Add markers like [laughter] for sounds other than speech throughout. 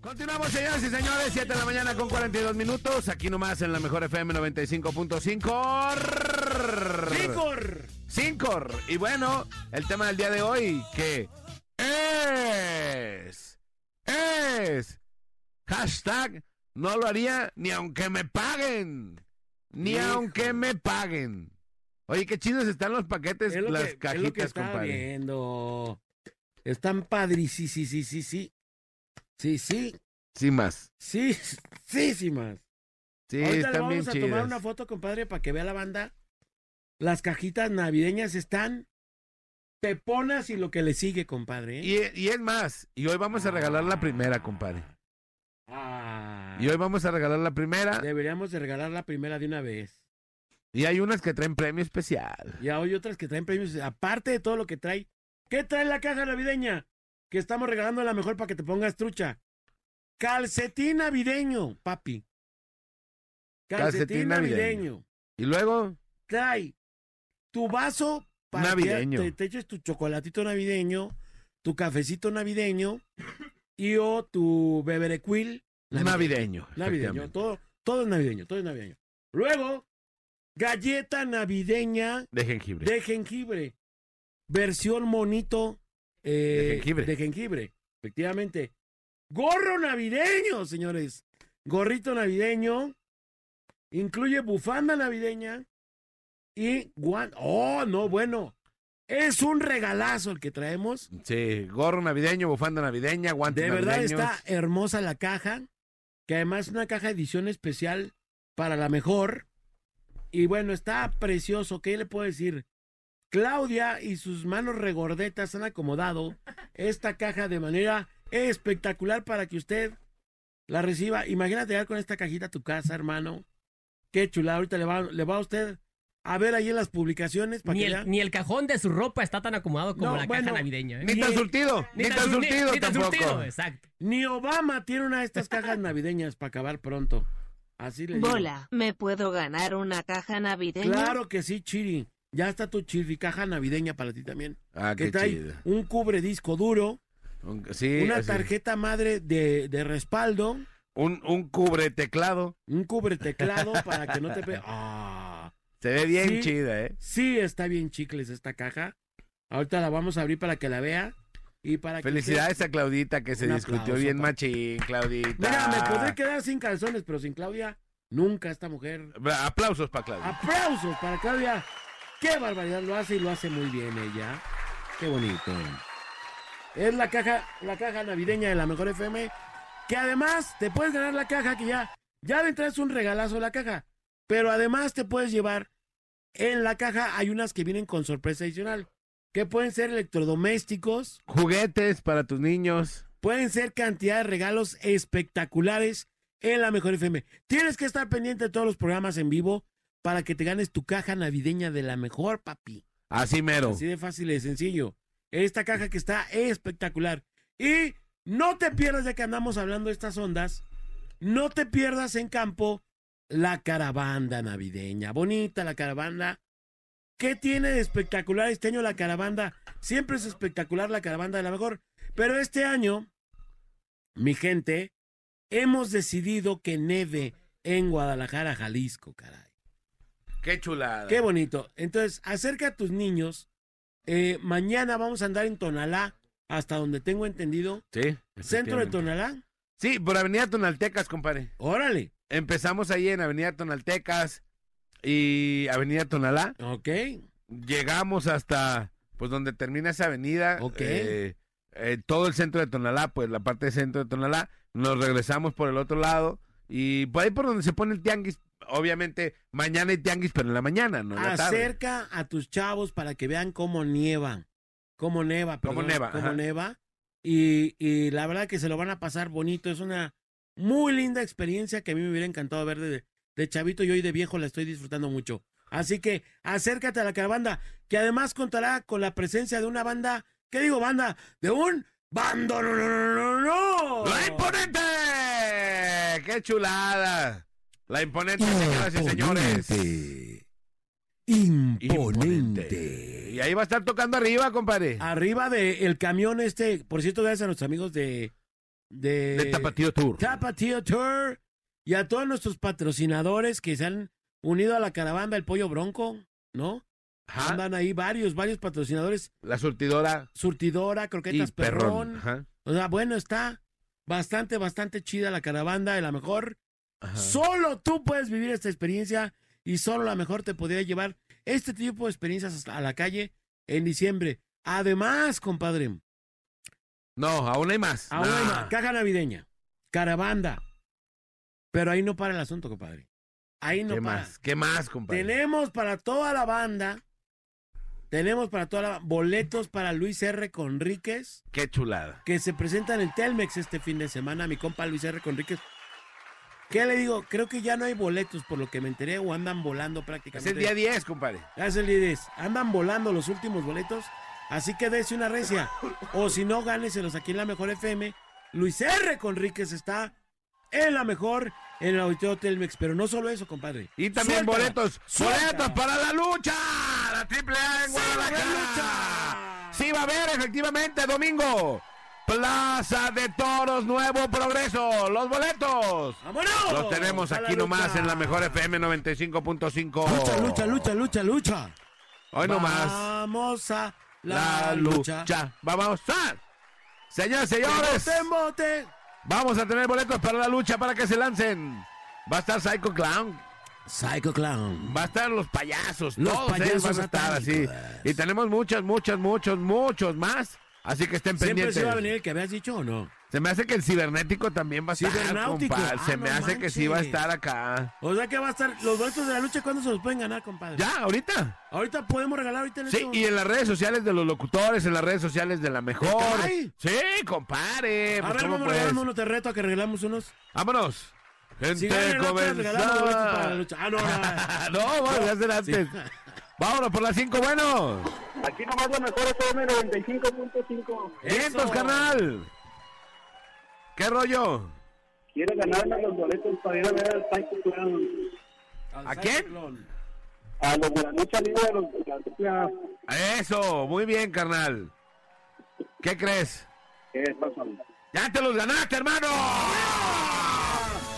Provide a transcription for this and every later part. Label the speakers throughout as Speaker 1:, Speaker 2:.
Speaker 1: Continuamos, señoras y señores, 7 de la mañana con 42 minutos. Aquí nomás en la mejor FM 95.5.
Speaker 2: ¡Rigor!
Speaker 1: Sincor. Y bueno, el tema del día de hoy que es. Es. Hashtag no lo haría ni aunque me paguen. Ni
Speaker 2: Hijo.
Speaker 1: aunque me paguen. Oye, qué chidos están los paquetes,
Speaker 2: Es lo
Speaker 1: las
Speaker 2: que- es lo
Speaker 1: cajitas,
Speaker 2: que estaba
Speaker 1: compadre.
Speaker 2: viendo. Están padres, sí, sí, sí, sí, sí. Sí, sí,
Speaker 1: Sí, más.
Speaker 2: sí, [laughs] sí, sí más.
Speaker 1: Sí,
Speaker 2: Ahorita le
Speaker 1: están bien
Speaker 2: vamos a tomar
Speaker 1: chidas.
Speaker 2: una foto, compadre, para que vea la banda. Las cajitas navideñas están peponas y lo que le sigue, compadre. ¿eh?
Speaker 1: Y, y es más, y hoy vamos a regalar la primera, compadre.
Speaker 2: Ah,
Speaker 1: Y hoy vamos a regalar la primera.
Speaker 2: deberíamos de regalar la primera de una vez.
Speaker 1: Y hay unas que traen premio especial.
Speaker 2: Ya hay otras que traen premios, aparte de todo lo que trae. ¿Qué trae la caja navideña? Que estamos regalando la mejor para que te pongas trucha. Calcetín navideño, papi. Calcetín,
Speaker 1: Calcetín navideño.
Speaker 2: navideño.
Speaker 1: Y luego,
Speaker 2: Trae tu vaso para
Speaker 1: Navideño.
Speaker 2: que te, te eches tu chocolatito navideño, tu cafecito navideño y o tu beberequil
Speaker 1: navideño.
Speaker 2: Navideño,
Speaker 1: efectivamente.
Speaker 2: todo, todo es navideño, todo es navideño. Luego, galleta navideña
Speaker 1: De jengibre.
Speaker 2: de jengibre, versión monito eh,
Speaker 1: De jengibre.
Speaker 2: de jengibre, efectivamente. Gorro navideño, señores. Gorrito navideño. Incluye bufanda navideña y guan. Oh, no, bueno. Es un regalazo el que traemos.
Speaker 1: Sí, gorro navideño, bufanda navideña, guantes
Speaker 2: De verdad
Speaker 1: navideños.
Speaker 2: está hermosa la caja, que además es una caja edición especial para la mejor. Y bueno, está precioso, ¿qué le puedo decir? Claudia y sus manos regordetas han acomodado esta caja de manera espectacular para que usted la reciba. Imagínate llegar con esta cajita a tu casa, hermano. Qué chulada, ahorita le va, le va a usted a ver ahí en las publicaciones para
Speaker 3: Ni
Speaker 2: que vea.
Speaker 3: el, ni el cajón de su ropa está tan acomodado como
Speaker 2: No,
Speaker 3: la
Speaker 2: bueno,
Speaker 3: caja navideña. ¿eh?
Speaker 1: Ni tan surtido, ni, tan
Speaker 3: sur-
Speaker 1: surtido
Speaker 3: ni tan
Speaker 1: tampoco.
Speaker 3: surtido, exacto.
Speaker 2: Ni Obama tiene una de estas cajas navideñas para acabar pronto. Así le digo.
Speaker 4: Bola, ¿me puedo ganar una caja navideña?
Speaker 2: Claro que sí, Chiri. Ya está tu Chiri caja navideña para ti también.
Speaker 1: Ah,
Speaker 2: Que
Speaker 1: qué
Speaker 2: trae
Speaker 1: chido.
Speaker 2: un cubre disco duro,
Speaker 1: Un- sí,
Speaker 2: una
Speaker 1: así.
Speaker 2: tarjeta madre de, de respaldo,
Speaker 1: Un, un cubre teclado.
Speaker 2: un cubre teclado [laughs] para que no te pe- Ah,
Speaker 1: Se ve bien
Speaker 2: Sí.
Speaker 1: chida, ¿eh?
Speaker 2: sí, está bien chicles esta caja. Ahorita la vamos a abrir para que la vea y para que
Speaker 1: Felicidades a Claudita que se
Speaker 2: Un
Speaker 1: discutió
Speaker 2: aplauso, pues,
Speaker 1: bien
Speaker 2: papá.
Speaker 1: machín, Claudita.
Speaker 2: usted- Mira, me podré quedar sin calzones, pero sin Claudia nunca esta mujer.
Speaker 1: Bra- Aplausos para Claudia.
Speaker 2: Aplausos para Claudia. Qué barbaridad lo hace y lo hace muy bien ella. Qué bonito. Es la caja, la caja navideña de la mejor FM. Que además te puedes ganar la caja que ya, ya le traes un regalazo a la caja. Pero además te puedes llevar en la caja. Hay unas que vienen con sorpresa adicional. Que pueden ser electrodomésticos,
Speaker 1: Juguetes para tus niños.
Speaker 2: pueden ser cantidad de regalos espectaculares en la Mejor FM. Tienes que estar pendiente de todos los programas en vivo para que te ganes tu caja navideña de la mejor, papi.
Speaker 1: Así mero.
Speaker 2: Así de fácil y de sencillo. Esta caja que está espectacular. Y no te pierdas de que andamos hablando de estas ondas. No te pierdas en campo la caravanda navideña. Bonita la caravanda. ¿Qué tiene de espectacular este año la caravanda? Siempre es espectacular la caravanda de la mejor. Pero este año, mi gente, hemos decidido que neve en Guadalajara, Jalisco, caray.
Speaker 1: Qué chulada.
Speaker 2: Qué bonito. Entonces, acerca a tus niños. Eh, mañana vamos a andar en Tonalá, hasta donde tengo entendido.
Speaker 1: Sí.
Speaker 2: Centro de
Speaker 1: efectivamente.
Speaker 2: Tonalá.
Speaker 1: Sí, por Avenida Tonaltecas, compadre.
Speaker 2: Órale.
Speaker 1: Empezamos ahí en Avenida Tonaltecas y Avenida Tonalá.
Speaker 2: Ok.
Speaker 1: Llegamos hasta, pues, donde termina esa avenida.
Speaker 2: Ok.
Speaker 1: Eh, eh, todo el centro de Tonalá, pues, la parte del centro de Tonalá. Nos regresamos por el otro lado y por ahí por donde se pone el tianguis. Obviamente, mañana hay tianguis, pero en la mañana, no en la tarde.
Speaker 2: Acerca a tus chavos para que vean cómo nieva. Cómo neva,
Speaker 1: Cómo
Speaker 2: perdón,
Speaker 1: neva,
Speaker 2: Cómo
Speaker 1: ajá.
Speaker 2: neva. Y, y la verdad que se lo van a pasar bonito. Es una muy linda experiencia que a mí me hubiera encantado ver de, de chavito y hoy de viejo la estoy disfrutando mucho. Así que acércate a la caravanda, que además contará con la presencia de una banda, ¿qué digo banda? De un bando. No, no, no, no, no.
Speaker 1: ¡La imponente! ¡Qué chulada! La imponente, señoras y señores. Imponente. Y ahí va a
Speaker 2: Ah,
Speaker 1: estar tocando arriba, compadre.
Speaker 2: Arriba del el camión este, por cierto, gracias a nuestros amigos de de,
Speaker 1: De Tapatío Tour.
Speaker 2: Tapatío Tour y a todos nuestros patrocinadores que se han unido a la caravana del Pollo Bronco, ¿no?
Speaker 1: Ajá.
Speaker 2: Andan ahí varios, varios patrocinadores,
Speaker 1: La surtidora
Speaker 2: surtidora,
Speaker 1: y
Speaker 2: croquetas,
Speaker 1: perrón.
Speaker 2: perrón.
Speaker 1: Ajá,
Speaker 2: O sea, bueno, está bastante, bastante chida la caravana, de la mejor.
Speaker 1: ajá.
Speaker 2: Solo tú puedes vivir esta experiencia y solo la mejor te podría llevar este tipo de experiencias hasta- a la calle en diciembre. Además, compadre,
Speaker 1: No, aún hay más.
Speaker 2: aún hay
Speaker 1: Nah.
Speaker 2: más. caja navideña, caravanda. Pero ahí no para el asunto, compadre. Ahí no
Speaker 1: ¿Qué
Speaker 2: para.
Speaker 1: más? ¿Qué más, compadre?
Speaker 2: Tenemos para toda la banda, tenemos para toda la boletos para Luis R. Conríquez,
Speaker 1: Qué chulada.
Speaker 2: que se presenta en el Telmex este fin de semana, mi compa Luis R. Conríquez. ¿Qué le digo? Creo que ya no hay boletos, por lo que me enteré, o andan volando
Speaker 1: Es
Speaker 2: prácticamente.
Speaker 1: el día 10, compadre.
Speaker 2: Es el día 10. Andan volando los últimos boletos, así que dese una recia. O si no, gáneselos aquí en la Mejor FM. Luis R. Conríquez está en la Mejor, en el Auditorio Telmex. Pero no solo eso, compadre.
Speaker 1: Y también
Speaker 2: Suéltala,
Speaker 1: boletos.
Speaker 2: suéltala.
Speaker 1: Boletos para la lucha. La triple A en
Speaker 2: ¡Sí va a haber
Speaker 1: Guadalajara.
Speaker 2: lucha!
Speaker 1: Sí va a haber, efectivamente, domingo. Plaza de Toros, Nuevo Progreso. Los boletos.
Speaker 2: ¡Vámonos!
Speaker 1: Los tenemos
Speaker 2: A la
Speaker 1: aquí
Speaker 2: lucha.
Speaker 1: nomás en la mejor FM 95.5.
Speaker 2: Lucha, lucha, lucha, lucha, lucha.
Speaker 1: Hoy nomás.
Speaker 2: Vamos a la,
Speaker 1: La
Speaker 2: lucha.
Speaker 1: lucha. Vamos a. Señoras,
Speaker 2: Señores,
Speaker 1: señores.
Speaker 2: en bote.
Speaker 1: Vamos a tener boletos para la lucha para que se lancen. Va a estar Psycho Clown,
Speaker 2: Psycho Clown.
Speaker 1: va a estar los payasos,
Speaker 2: Los
Speaker 1: todos ellos
Speaker 2: payasos
Speaker 1: van a estar así.
Speaker 2: satánicos.
Speaker 1: Y tenemos muchos, muchos, muchos, muchos más. Así que estén
Speaker 2: ¿Siempre
Speaker 1: pendientes.
Speaker 2: se iba a venir el que habías dicho o no?
Speaker 1: Se me hace que el cibernético también va a estar.
Speaker 2: Cibernáutico.
Speaker 1: compa.
Speaker 2: Ah,
Speaker 1: se
Speaker 2: no
Speaker 1: me hace que sí va a
Speaker 2: manches.
Speaker 1: estar acá.
Speaker 2: O sea que va a estar. Los boletos de la lucha, ¿cuándo se los pueden ganar, compadre?
Speaker 1: Ya, ahorita.
Speaker 2: Ahorita podemos regalar ahorita en
Speaker 1: Sí,
Speaker 2: esto.
Speaker 1: y eh, en las redes sociales de los locutores, en las redes sociales de la mejor.
Speaker 2: caray?
Speaker 1: Sí, compare.
Speaker 2: A
Speaker 1: pues,
Speaker 2: ver,
Speaker 1: ¿cómo
Speaker 2: vamos a
Speaker 1: pues?
Speaker 2: regalarnos uno, te reto a que regalamos unos.
Speaker 1: Vámonos. Gente,
Speaker 2: Si ganan el otro, les regalamos boletos
Speaker 1: comenzada.
Speaker 2: para la
Speaker 1: [laughs]
Speaker 2: lucha. Ah, no, no.
Speaker 1: Ah, No, vamos a hacer antes.
Speaker 2: [laughs]
Speaker 1: Vámonos por las 5, bueno.
Speaker 5: Aquí nomás la mejor FM 95.5.
Speaker 1: Vientos, carnal. ¿Qué rollo?
Speaker 5: Quiero ganarme los boletos para ir a ver al Psycho Clown.
Speaker 1: ¿A quién?
Speaker 5: A los de la lucha libre de los de la triple A.
Speaker 1: Eso, muy bien, carnal. ¿Qué crees?
Speaker 5: ¿Qué pasa?
Speaker 1: ¡Ya te los ganaste, hermano!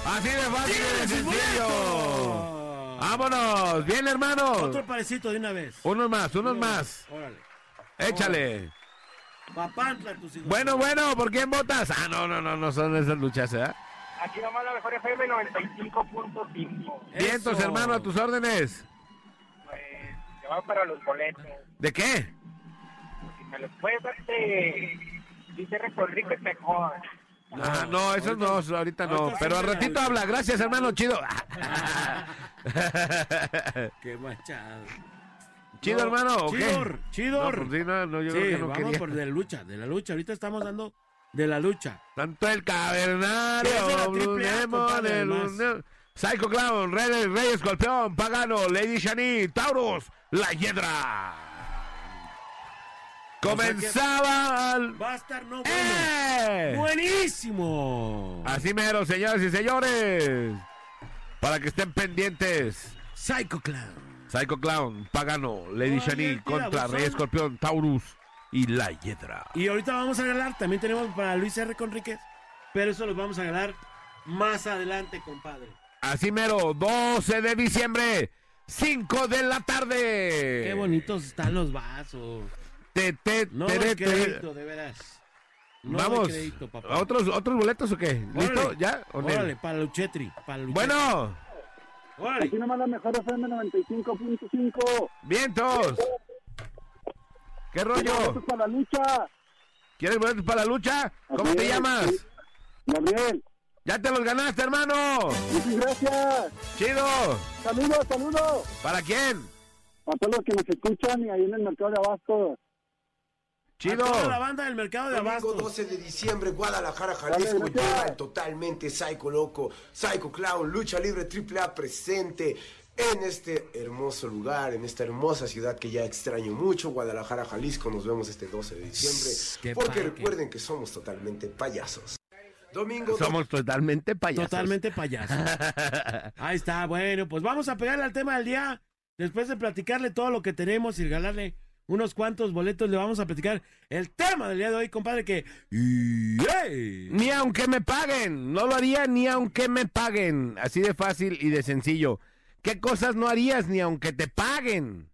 Speaker 1: Así de fácil y de sencillo. Vámonos, bien, hermano.
Speaker 2: Otro parecito de una vez.
Speaker 1: Unos más, unos más.
Speaker 2: Órale.
Speaker 1: Échale.
Speaker 2: Papantla, tus hijos.
Speaker 1: Bueno, bueno, ¿por quién votas? Ah, no, no, no, no son esas luchas, ¿eh?
Speaker 5: Aquí nomás la mejor FM 95.5.
Speaker 2: Eso.
Speaker 1: Vientos, hermano, a tus órdenes.
Speaker 5: Pues se va para los boletos.
Speaker 1: ¿De qué?
Speaker 5: Si me los puedes dar, te dice Recorrique mejor.
Speaker 1: No, ah, no esos no, ahorita no.
Speaker 2: ahorita
Speaker 1: Pero
Speaker 2: sí
Speaker 1: al
Speaker 2: me la
Speaker 1: ratito
Speaker 2: doy.
Speaker 1: habla. Gracias, hermano, chido.
Speaker 2: [laughs] Qué machado.
Speaker 1: chido,
Speaker 2: No,
Speaker 1: hermano, ¿o qué?
Speaker 2: Chidor, chidor.
Speaker 1: No, pues sí, no, no, yo
Speaker 2: Sí,
Speaker 1: creo que no
Speaker 2: vamos
Speaker 1: quería.
Speaker 2: por de la lucha, de la lucha. Ahorita estamos dando de la lucha.
Speaker 1: Tanto el cavernario,
Speaker 2: Que es de la
Speaker 1: Blue
Speaker 2: triple A,
Speaker 1: Demon,
Speaker 2: compadre,
Speaker 1: el-
Speaker 2: además.
Speaker 1: Psycho Clown, Rey, Rey Escorpión, Pagano, Lady Shani, Tauros, La Hiedra. Comenzaba al...
Speaker 2: Va a estar no bueno.
Speaker 1: ¡Eh! Ah.
Speaker 2: Buenísimo.
Speaker 1: Así mero, señoras y señores. Para que estén pendientes.
Speaker 2: Psycho Clown.
Speaker 1: Psycho Clown, Pagano, Lady
Speaker 2: Oye,
Speaker 1: Shani
Speaker 2: tira,
Speaker 1: contra
Speaker 2: buzón.
Speaker 1: Rey Escorpión, Taurus y La Hiedra.
Speaker 2: Y ahorita vamos a regalar, también tenemos para Luis R. Conríquez, pero eso los vamos a regalar más adelante, compadre.
Speaker 1: Así mero, 12 de diciembre, 5 de la tarde.
Speaker 2: Qué bonitos están los vasos.
Speaker 1: Te, te,
Speaker 2: No
Speaker 1: te,
Speaker 2: doy
Speaker 1: te-
Speaker 2: crédito, de veras. No doy
Speaker 1: Vamos.
Speaker 2: crédito, papá.
Speaker 1: ¿Otros, ¿Otros boletos o qué?
Speaker 2: Órale.
Speaker 1: ¿Listo? ¿Ya? ¿O no?
Speaker 2: Órale, para Luchetri, para Luchetri.
Speaker 1: Bueno,
Speaker 2: Órale.
Speaker 5: nomás la mejor FM 95.5.
Speaker 1: vientos. ¿Qué rollo?
Speaker 5: para la lucha.
Speaker 1: ¿Quieres boletos para la lucha? ¿Cómo te
Speaker 5: Gabriel,
Speaker 1: llamas?
Speaker 5: Gabriel,
Speaker 1: Ya te los ganaste, hermano.
Speaker 5: muchas gracias.
Speaker 1: Chido.
Speaker 5: Saludos, saludos.
Speaker 1: ¿Para quién?
Speaker 5: A todos los que nos escuchan y ahí en el mercado de Abasto.
Speaker 1: Chido.
Speaker 2: A toda la banda del mercado de
Speaker 6: Domingo
Speaker 2: Abastos.
Speaker 6: 12 de diciembre, Guadalajara, Jalisco,
Speaker 5: Dale, gracias.
Speaker 6: lleva el totalmente Psycho Loco, Psycho Clown, Lucha Libre Triple A presente en este hermoso lugar, en esta hermosa ciudad que ya extraño mucho, Guadalajara, Jalisco. Nos vemos este 12 de
Speaker 2: qué
Speaker 6: diciembre, porque
Speaker 2: padre.
Speaker 6: recuerden que somos totalmente payasos. Domingo
Speaker 1: Somos totalmente payasos.
Speaker 2: Totalmente payaso.
Speaker 1: [laughs]
Speaker 2: Ahí está, bueno, pues vamos a pegarle al tema del día. Después de platicarle todo lo que tenemos y regalarle unos cuantos boletos. Le vamos a platicar el tema del día de hoy, compadre, que... ¡Yey!
Speaker 1: Ni aunque me paguen, no lo haría ni aunque me paguen. Así de fácil y de sencillo. ¿Qué cosas no harías ni aunque te paguen?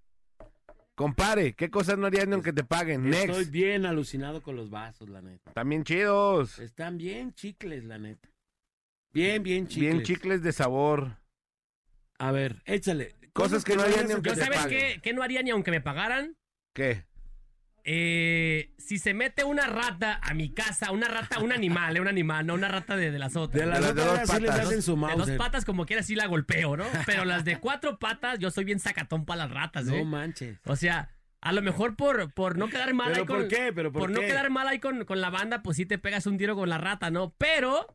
Speaker 1: Compare, ¿qué cosas no harías ni aunque te paguen?
Speaker 2: Estoy
Speaker 1: Next.
Speaker 2: bien alucinado con los vasos, la neta.
Speaker 1: También chidos.
Speaker 2: Están bien chicles, la neta. Bien, bien chicles.
Speaker 1: Bien chicles de sabor.
Speaker 2: A ver, échale.
Speaker 1: Cosas que no harían ni aunque
Speaker 3: Yo
Speaker 1: te
Speaker 3: sabes
Speaker 1: paguen.
Speaker 3: qué, qué no haría ni aunque me pagaran.
Speaker 1: ¿Qué?
Speaker 3: Eh, si se mete una rata a mi casa, una rata, un animal, eh, un animal, no una rata de, de las otras.
Speaker 2: De las,
Speaker 1: las de
Speaker 2: otras
Speaker 1: dos
Speaker 2: sí les
Speaker 1: patas.
Speaker 2: hacen su eh.
Speaker 3: De dos
Speaker 2: Mauser.
Speaker 3: patas, como quiera, sí la golpeo, ¿no?
Speaker 2: [laughs]
Speaker 3: Pero las de cuatro patas, yo soy bien sacatón para las ratas, ¿eh?
Speaker 2: No manches.
Speaker 3: o sea, a lo mejor por, por no quedar mal ahí
Speaker 2: ¿Pero
Speaker 3: con,
Speaker 2: por qué? ¿Pero por,
Speaker 3: por, no
Speaker 2: qué?
Speaker 3: quedar mal ahí con, con la banda, pues sí te pegas un tiro con la rata, ¿no? Pero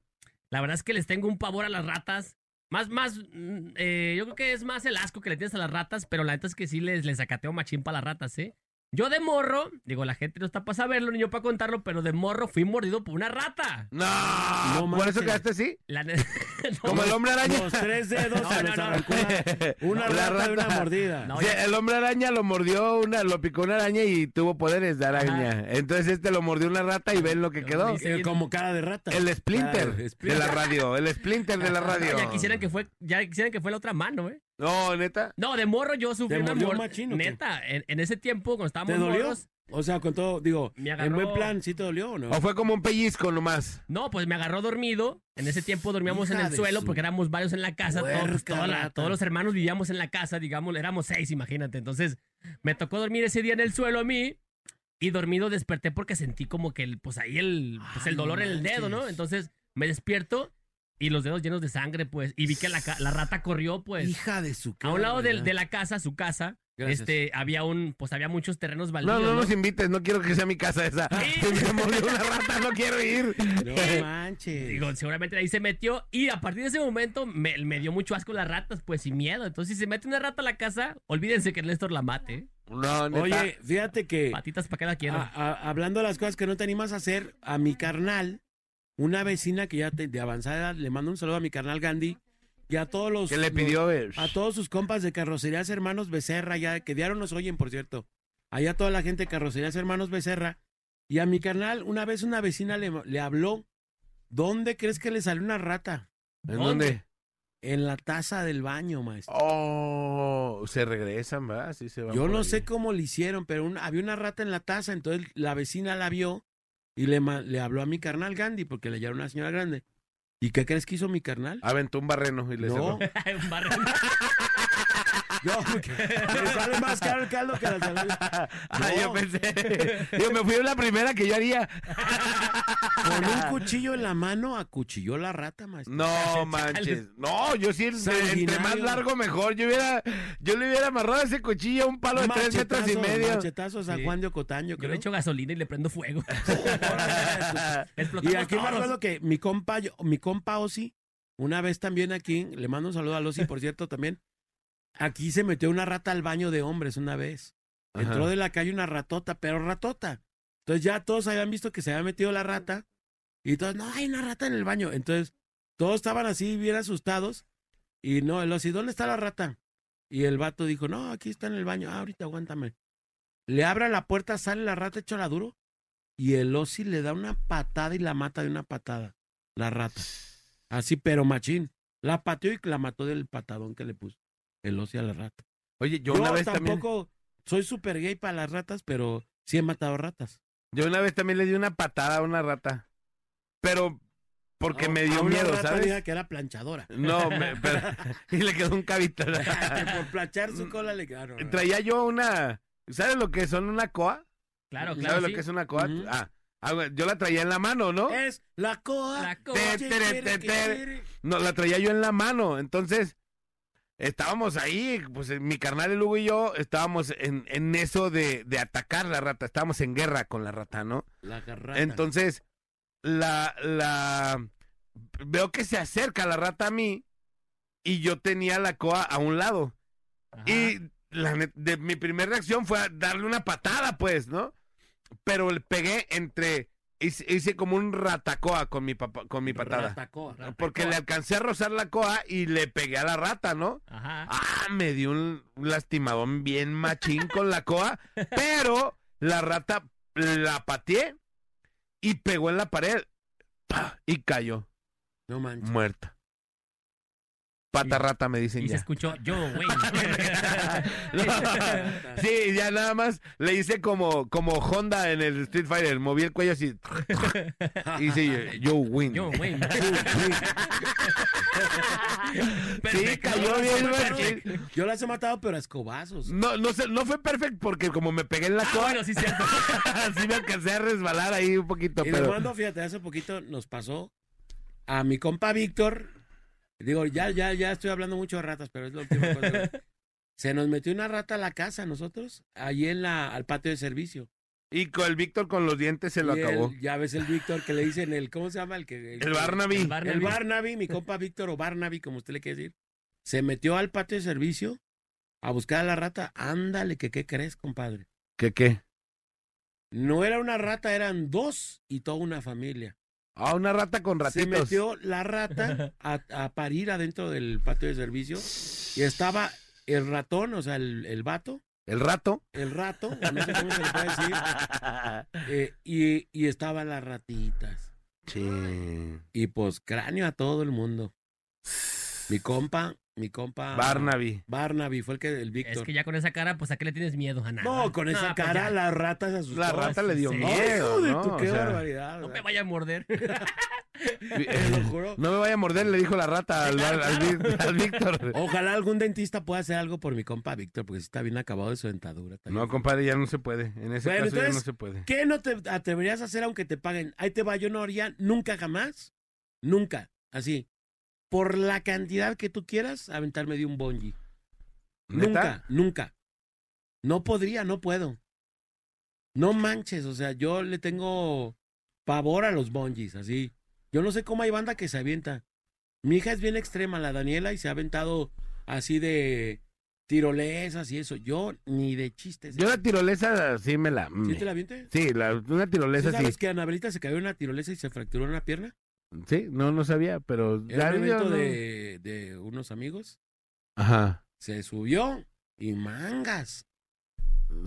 Speaker 3: la verdad es que les tengo un pavor a las ratas. Más, más, mm, eh, yo creo que es más el asco que le tienes a las ratas, pero la neta es que sí les, les sacateo machín para las ratas, ¿eh? Yo de morro, digo, la gente no está para saberlo ni yo para contarlo, pero de morro fui mordido por una rata.
Speaker 1: No,
Speaker 2: No
Speaker 1: por eso
Speaker 2: manches.
Speaker 1: quedaste así.
Speaker 3: La neta- [laughs] no,
Speaker 1: Como el hombre araña. [laughs]
Speaker 2: Los tres dedos
Speaker 3: No,
Speaker 2: se
Speaker 3: no,
Speaker 2: los
Speaker 3: no.
Speaker 2: arrancó una, una
Speaker 1: La
Speaker 2: rata de una
Speaker 1: rata.
Speaker 2: mordida.
Speaker 3: No,
Speaker 1: Sí, el hombre araña lo mordió, una, lo picó una araña y tuvo poderes de araña. Entonces este lo mordió una rata y ven lo que
Speaker 3: Yo
Speaker 1: quedó.
Speaker 3: me hice-
Speaker 2: Eh, como cara de rata.
Speaker 1: El splinter
Speaker 2: Claro,
Speaker 1: de la radio, el splinter de la radio.
Speaker 3: ya quisieran que fue, ya quisieran que fue la otra mano, ¿eh?
Speaker 1: No, neta.
Speaker 3: No, de morro yo sufrí
Speaker 2: ¿Te
Speaker 3: una
Speaker 2: mordió
Speaker 3: mor-
Speaker 2: machín o qué?
Speaker 3: Neta, en, en ese tiempo, cuando estábamos
Speaker 2: ¿Te dolió?
Speaker 3: morros,
Speaker 2: O sea, con todo, digo,
Speaker 3: Me
Speaker 2: en
Speaker 3: agarró-
Speaker 2: buen plan, ¿sí te dolió o no?
Speaker 1: O fue como un pellizco nomás.
Speaker 3: No, pues me agarró dormido. En ese tiempo dormíamos en
Speaker 2: Hija
Speaker 3: el
Speaker 2: de
Speaker 3: suelo
Speaker 2: su
Speaker 3: porque éramos varios en la casa. todos-
Speaker 2: puerca
Speaker 3: toda la-
Speaker 2: rata.
Speaker 3: todos los hermanos vivíamos en la casa, digamos, éramos seis, imagínate. Entonces me tocó dormir ese día en el suelo a mí y dormido desperté porque sentí como que el, pues ahí el, pues,
Speaker 2: Ah,
Speaker 3: el
Speaker 2: no
Speaker 3: dolor en el dedo, ¿no?
Speaker 2: manches.
Speaker 3: Entonces me despierto y los dedos llenos de sangre, pues. Y vi que la, ca- la rata corrió, pues.
Speaker 2: Hija de su
Speaker 3: a un lado del- de, la casa, su casa,
Speaker 2: Gracias.
Speaker 3: este, había un, pues había muchos terrenos
Speaker 1: No,
Speaker 3: baldíos.
Speaker 1: no
Speaker 3: ¿no?
Speaker 1: nos invites, no quiero que sea mi casa esa. [laughs]
Speaker 3: Sí.
Speaker 1: Me mordió una rata, no quiero ir.
Speaker 2: [laughs] No manches.
Speaker 3: Digo, seguramente ahí se metió y a partir de ese momento me, me dio mucho asco las ratas, pues sin miedo. Entonces, si se mete una rata a la casa, olvídense que Néstor la mate. ¿eh?
Speaker 1: No, neta.
Speaker 2: Oye, fíjate que
Speaker 3: Patitas para cada quien.
Speaker 2: a- a- hablando de las cosas que no te animas a hacer, a mi carnal, una vecina que ya te- de avanzada edad, le mando un saludo a mi carnal Gandhi y a todos los...
Speaker 1: ¿Qué le
Speaker 2: los-
Speaker 1: pidió? eh?
Speaker 2: A todos sus compas de Carrocerías Hermanos Becerra, ya que diario nos oyen, por cierto. Allá toda la gente de Carrocerías Hermanos Becerra. Y a mi carnal, una vez una vecina le, le habló, ¿dónde crees que le salió una rata?
Speaker 1: ¿En dónde?
Speaker 2: En la taza del baño, maestro.
Speaker 1: Oh, se regresan, ¿verdad? Sí, se van
Speaker 2: Yo
Speaker 1: por
Speaker 2: no
Speaker 1: ahí.
Speaker 2: sé cómo le hicieron, pero un- había una rata en la taza, entonces la vecina la vio y le, ma- le habló a mi carnal Gandhi, porque le era una señora grande. ¿Y qué crees que hizo mi carnal?
Speaker 1: Aventó un barreno y Ah, le cerró.
Speaker 2: [laughs] No,
Speaker 3: [laughs] Un
Speaker 1: [laughs]
Speaker 2: no,
Speaker 3: barrón.
Speaker 2: porque le sale más caro el caldo que la salud.
Speaker 1: Ah, yo
Speaker 2: No.
Speaker 1: pensé. [laughs] Yo me fui a la primera que yo haría.
Speaker 2: Con un cuchillo en la mano acuchilló la rata, maestro. [laughs]
Speaker 1: No manches. No, yo sí, entre, entre más
Speaker 2: Sanguinario.
Speaker 1: largo mejor. Yo hubiera, yo le hubiera amarrado ese cuchillo a un palo de tres metros y
Speaker 2: Machetazo,
Speaker 1: medio.
Speaker 2: machetazo a San
Speaker 3: Sí.
Speaker 2: Juan de Ocotaño,
Speaker 3: Yo
Speaker 2: creo.
Speaker 3: le echo gasolina y le prendo fuego. Explotamos
Speaker 2: y aquí me
Speaker 3: todos.
Speaker 2: acuerdo que mi compa, yo- mi compa Osi, una vez también aquí, le mando un saludo a Osi, por cierto, también. Aquí se metió una rata al baño de hombres una vez.
Speaker 1: Ajá.
Speaker 2: Entró de la calle una ratota, pero ratota. Entonces ya todos habían visto que se había metido la rata. Y todos, no, hay una rata en el baño. Entonces, todos estaban así, bien asustados. Y no, el Osi, ¿dónde está la rata? Y el vato dijo, no, aquí está en el baño. Ah, ahorita aguántame. Le abra la puerta, sale la rata, hecho la duro. Y el Osi le da una patada y la mata de una patada. La rata. Así, pero machín. La pateó y la mató del patadón que le puso el Osi a la rata.
Speaker 1: [laughs] Oye, yo
Speaker 2: Yo,
Speaker 1: una vez también.
Speaker 2: tampoco soy súper gay para las ratas, pero sí he matado ratas.
Speaker 1: Yo una vez también le di una patada a una rata. Pero porque
Speaker 2: A-
Speaker 1: me
Speaker 2: Ah, a
Speaker 1: dio
Speaker 2: una
Speaker 1: miedo,
Speaker 2: rata
Speaker 1: ¿sabes?
Speaker 2: diga que era planchadora.
Speaker 1: No, me- pero- [laughs] y le quedó un cabito. [laughs]
Speaker 2: [laughs] Que por planchar su cola le quedaron.
Speaker 1: Traía yo una. ¿Sabes lo que son una coa?
Speaker 3: Claro,
Speaker 1: ¿Sabes
Speaker 3: claro.
Speaker 1: lo
Speaker 3: sí.
Speaker 1: que es una coa?
Speaker 2: Ujú. Eh.
Speaker 1: Ah, ah, bueno, yo la traía en la mano, ¿no?
Speaker 2: Es la coa.
Speaker 3: La coa.
Speaker 1: Tere,
Speaker 2: Che, quiere,
Speaker 1: tere,
Speaker 2: que
Speaker 1: tere.
Speaker 2: quiere.
Speaker 1: No, la traía yo en la mano. Entonces, estábamos ahí, pues eh, mi carnal el Hugo y yo estábamos en, en eso de, de atacar la rata. Estábamos en guerra con la rata, ¿no?
Speaker 2: La garrata.
Speaker 1: Entonces, la, la, veo que se acerca la rata a mí y yo tenía la coa a un lado.
Speaker 3: Ajá.
Speaker 1: Y la net- de, mi primera reacción fue a darle una patada, pues, ¿no? Pero le pegué entre hice, hice como un ratacoa con mi, papá, con mi patada.
Speaker 2: Ratacoa, ratacoa.
Speaker 1: Porque le alcancé a rozar la coa y le pegué a la rata, ¿no?
Speaker 3: Ajá.
Speaker 1: Ah, me dio un un lastimadón bien machín con la coa, pero la rata la pateé y pegó en la pared ¡pa! y cayó
Speaker 2: No manches.
Speaker 1: muerta. Pata rata me dicen
Speaker 3: Y se [laughs]
Speaker 1: ya.
Speaker 3: escuchó yo, güey.
Speaker 1: [laughs] No, sí, ya nada más le hice como, como Honda en el Street Fighter, moví el cuello así y hice yo win.
Speaker 3: Yo, güey. [laughs]
Speaker 1: sí,
Speaker 3: Perfecto.
Speaker 1: cayó bien machín.
Speaker 2: Yo las he matado, pero a escobazos.
Speaker 1: No, no, sé, no fue perfecto porque como me pegué en la
Speaker 3: Ah,
Speaker 1: cola,
Speaker 3: bueno, sí, cierto.
Speaker 1: [laughs] sí me alcancé a resbalar ahí un poquito.
Speaker 2: Y
Speaker 1: pero...
Speaker 2: Normando, fíjate, hace poquito nos pasó a mi compa Víctor. Digo, ya, ya, ya estoy hablando mucho de ratas, pero es lo último.
Speaker 1: [laughs]
Speaker 2: Se nos metió una rata a la casa a nosotros, allí en la, al patio de servicio.
Speaker 1: Y con el Víctor con los dientes se lo
Speaker 2: Y el-
Speaker 1: acabó.
Speaker 2: ya ves el Víctor que le dicen el, ¿cómo se llama? El que.
Speaker 1: El Barnaby.
Speaker 3: El Barnaby.
Speaker 2: El Barnaby, mi compa Víctor o Barnaby, como usted le quiere decir, se metió al patio de servicio a buscar a la rata. Ándale, que qué crees, compadre.
Speaker 1: ¿Qué qué?
Speaker 2: No era una rata, eran dos y toda una familia.
Speaker 1: Ah, una rata con ratitos.
Speaker 2: Se metió la rata a, a parir adentro del patio de servicio y estaba el ratón, o sea, el, el vato,
Speaker 1: El rato.
Speaker 2: el rato, o no sé cómo se le puede decir, eh, y, y estaban las ratitas.
Speaker 1: Sí.
Speaker 2: Y pues cráneo a todo el mundo. Mi compa, mi compa.
Speaker 1: Barnaby.
Speaker 2: Barnaby fue el que el Víctor.
Speaker 3: Es que ya con esa cara, pues a pues qué le tienes miedo, Ana.
Speaker 2: No, con esa cara las ratas asustó.
Speaker 1: La rata le dio
Speaker 3: sí.
Speaker 1: miedo.
Speaker 2: de
Speaker 1: ¿no?
Speaker 2: tu,
Speaker 1: O
Speaker 2: qué
Speaker 1: sea,
Speaker 2: barbaridad.
Speaker 3: No
Speaker 2: o
Speaker 3: me
Speaker 2: sea,
Speaker 3: vaya a morder. [laughs]
Speaker 2: te lo
Speaker 1: [laughs]
Speaker 2: juro.
Speaker 1: eh, no me vaya a morder, le dijo la rata al, al- al Vic- al Víctor.
Speaker 2: Ojalá algún dentista pueda hacer algo por mi compa Víctor, porque sí está bien acabado de su dentadura. está
Speaker 1: No,
Speaker 2: bien.
Speaker 1: compadre, ya no se puede. En ese
Speaker 2: Bueno,
Speaker 1: caso ya no
Speaker 2: entonces,
Speaker 1: se puede.
Speaker 2: ¿Qué no te atreverías a hacer aunque te paguen? Ahí te va, yo no haría nunca jamás, nunca, así, por la cantidad que tú quieras, aventarme de un bonji.
Speaker 1: ¿Neta?
Speaker 2: Nunca, nunca. No podría, no puedo. No manches, o sea, yo le tengo pavor a los bongis, así. Yo no sé cómo hay banda que se avienta. Mi hija es bien extrema, la Daniela, y se ha aventado así de tirolesas y eso. Yo ni de chistes.
Speaker 1: Yo la tirolesa sí me la. mm.
Speaker 2: ¿Sí te la aviente?
Speaker 1: Sí, la- una
Speaker 2: ¿Sí
Speaker 1: tirolesa sí.
Speaker 2: ¿Sabes que Anabelita se cayó en una tirolesa y se fracturó una pierna?
Speaker 1: Sí, no, no sabía, pero.
Speaker 2: En un
Speaker 1: ya yo
Speaker 2: evento
Speaker 1: no-
Speaker 2: de, de unos amigos.
Speaker 1: Ajá.
Speaker 2: Se subió y mangas.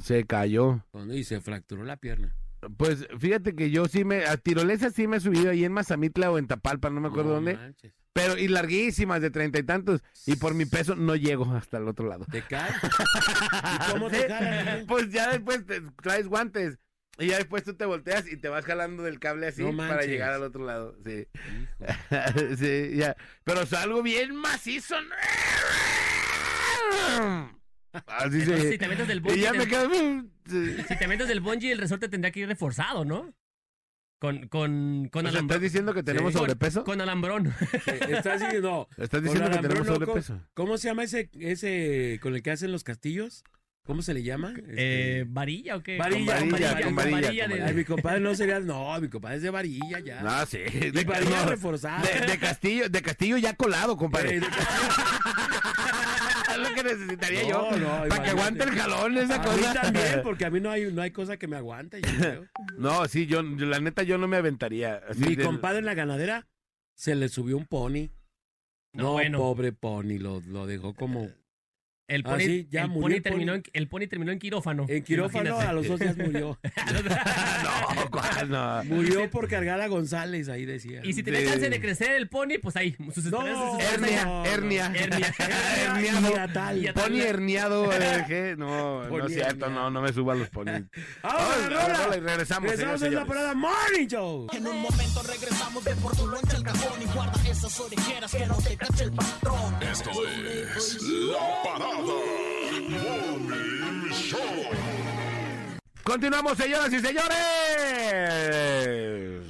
Speaker 1: Se cayó.
Speaker 2: cuando- Y se fracturó la pierna.
Speaker 1: Pues fíjate que yo sí me, a tirolesa sí me he subido ahí en Mazamitla o en Tapalpa, no me acuerdo
Speaker 2: No
Speaker 1: dónde,
Speaker 2: manches.
Speaker 1: pero y larguísimas de treinta y tantos, y por mi peso no llego hasta el otro lado.
Speaker 2: ¿Te
Speaker 1: [laughs]
Speaker 2: cae? [laughs] ¿Y cómo te
Speaker 1: Sí,
Speaker 2: cae?
Speaker 1: Pues ya después te traes guantes y ya después tú te volteas y te vas jalando del cable así
Speaker 2: No
Speaker 1: para
Speaker 2: manches.
Speaker 1: llegar al otro lado, sí. [laughs] sí, ya. Pero salgo bien macizo. ¿no? Así
Speaker 3: Entonces, si
Speaker 1: se
Speaker 3: te metes del
Speaker 1: Y
Speaker 3: bungee,
Speaker 1: ya
Speaker 3: te-
Speaker 1: me quedo. sí.
Speaker 3: si te metes del bungee, el resorte tendría que ir reforzado, ¿no? Con, con, con
Speaker 1: O sea, ¿Estás
Speaker 3: alambrón.
Speaker 1: diciendo que tenemos
Speaker 3: Con-
Speaker 1: sobrepeso?
Speaker 3: Con alambrón.
Speaker 2: Estás diciendo,
Speaker 1: ¿Estás
Speaker 2: Con
Speaker 1: diciendo que
Speaker 2: alambrón
Speaker 1: tenemos
Speaker 2: loco.
Speaker 1: sobrepeso?
Speaker 2: ¿cómo se llama ese, ese con el que hacen los castillos? ¿Cómo se le llama? Este,
Speaker 3: [laughs] Eh, ¿Varilla o qué?
Speaker 2: Varilla,
Speaker 3: Con
Speaker 2: varilla,
Speaker 3: varilla,
Speaker 2: con
Speaker 3: con
Speaker 1: varilla,
Speaker 3: varilla
Speaker 1: con
Speaker 3: de-
Speaker 2: Ay, mi compadre no sería, no, mi compadre es de varilla ya.
Speaker 1: No, sí.
Speaker 2: de
Speaker 1: De,
Speaker 2: varilla
Speaker 1: no,
Speaker 2: reforzada.
Speaker 1: de-
Speaker 2: [laughs]
Speaker 1: de Castillo, de Castillo ya colado, compadre.
Speaker 2: Eh, de-
Speaker 1: [laughs] es lo que necesitaría
Speaker 2: No,
Speaker 1: yo.
Speaker 2: no,
Speaker 1: para que
Speaker 2: imagínate.
Speaker 1: aguante el jalón esa
Speaker 2: a mí
Speaker 1: cosa.
Speaker 2: también, porque a mí no hay, no hay cosa que me aguante. yo creo.
Speaker 1: [laughs] No, sí, yo, yo- la neta, yo no me aventaría. así
Speaker 2: Mi
Speaker 1: del-
Speaker 2: compadre en la ganadera se le subió un pony.
Speaker 3: No,
Speaker 2: No,
Speaker 3: bueno.
Speaker 2: pobre pony, lo, lo dejó como
Speaker 3: El
Speaker 2: Ah,
Speaker 3: pony,
Speaker 2: sí, ya
Speaker 3: el
Speaker 2: murió
Speaker 3: pony
Speaker 2: el pony.
Speaker 3: terminó en, el pony terminó en quirófano.
Speaker 2: en quirófano, a los dos días [laughs] murió.
Speaker 1: [laughs]
Speaker 3: [laughs]
Speaker 1: [laughs] no, ¿cuál? No.
Speaker 2: Murió por cargar a González, ahí decía.
Speaker 3: Y si tenía
Speaker 1: Sí.
Speaker 3: chance de crecer el pony, pues ahí. Sus
Speaker 2: No,
Speaker 3: esperanzas, sus
Speaker 1: Hernia,
Speaker 2: No, no.
Speaker 1: hernia. [laughs]
Speaker 3: Hernia. [laughs]
Speaker 1: Herniado.
Speaker 2: Natal.
Speaker 1: Pony herniado. eh, ¿qué? No, no
Speaker 2: Pony
Speaker 1: es cierto,
Speaker 2: herniado.
Speaker 1: no, no me suba a los ponis.
Speaker 2: ¡Vamos a la rola!
Speaker 1: y regresamos.
Speaker 2: Regresamos
Speaker 1: señores,
Speaker 2: en la
Speaker 1: señores.
Speaker 2: parada Morning Show.
Speaker 7: En un momento regresamos de por tu loncha al cajón y guarda esas orejeras que no te cache el patrón.
Speaker 8: Esto es La Parada Morning Show.
Speaker 1: Continuamos, señoras y señores.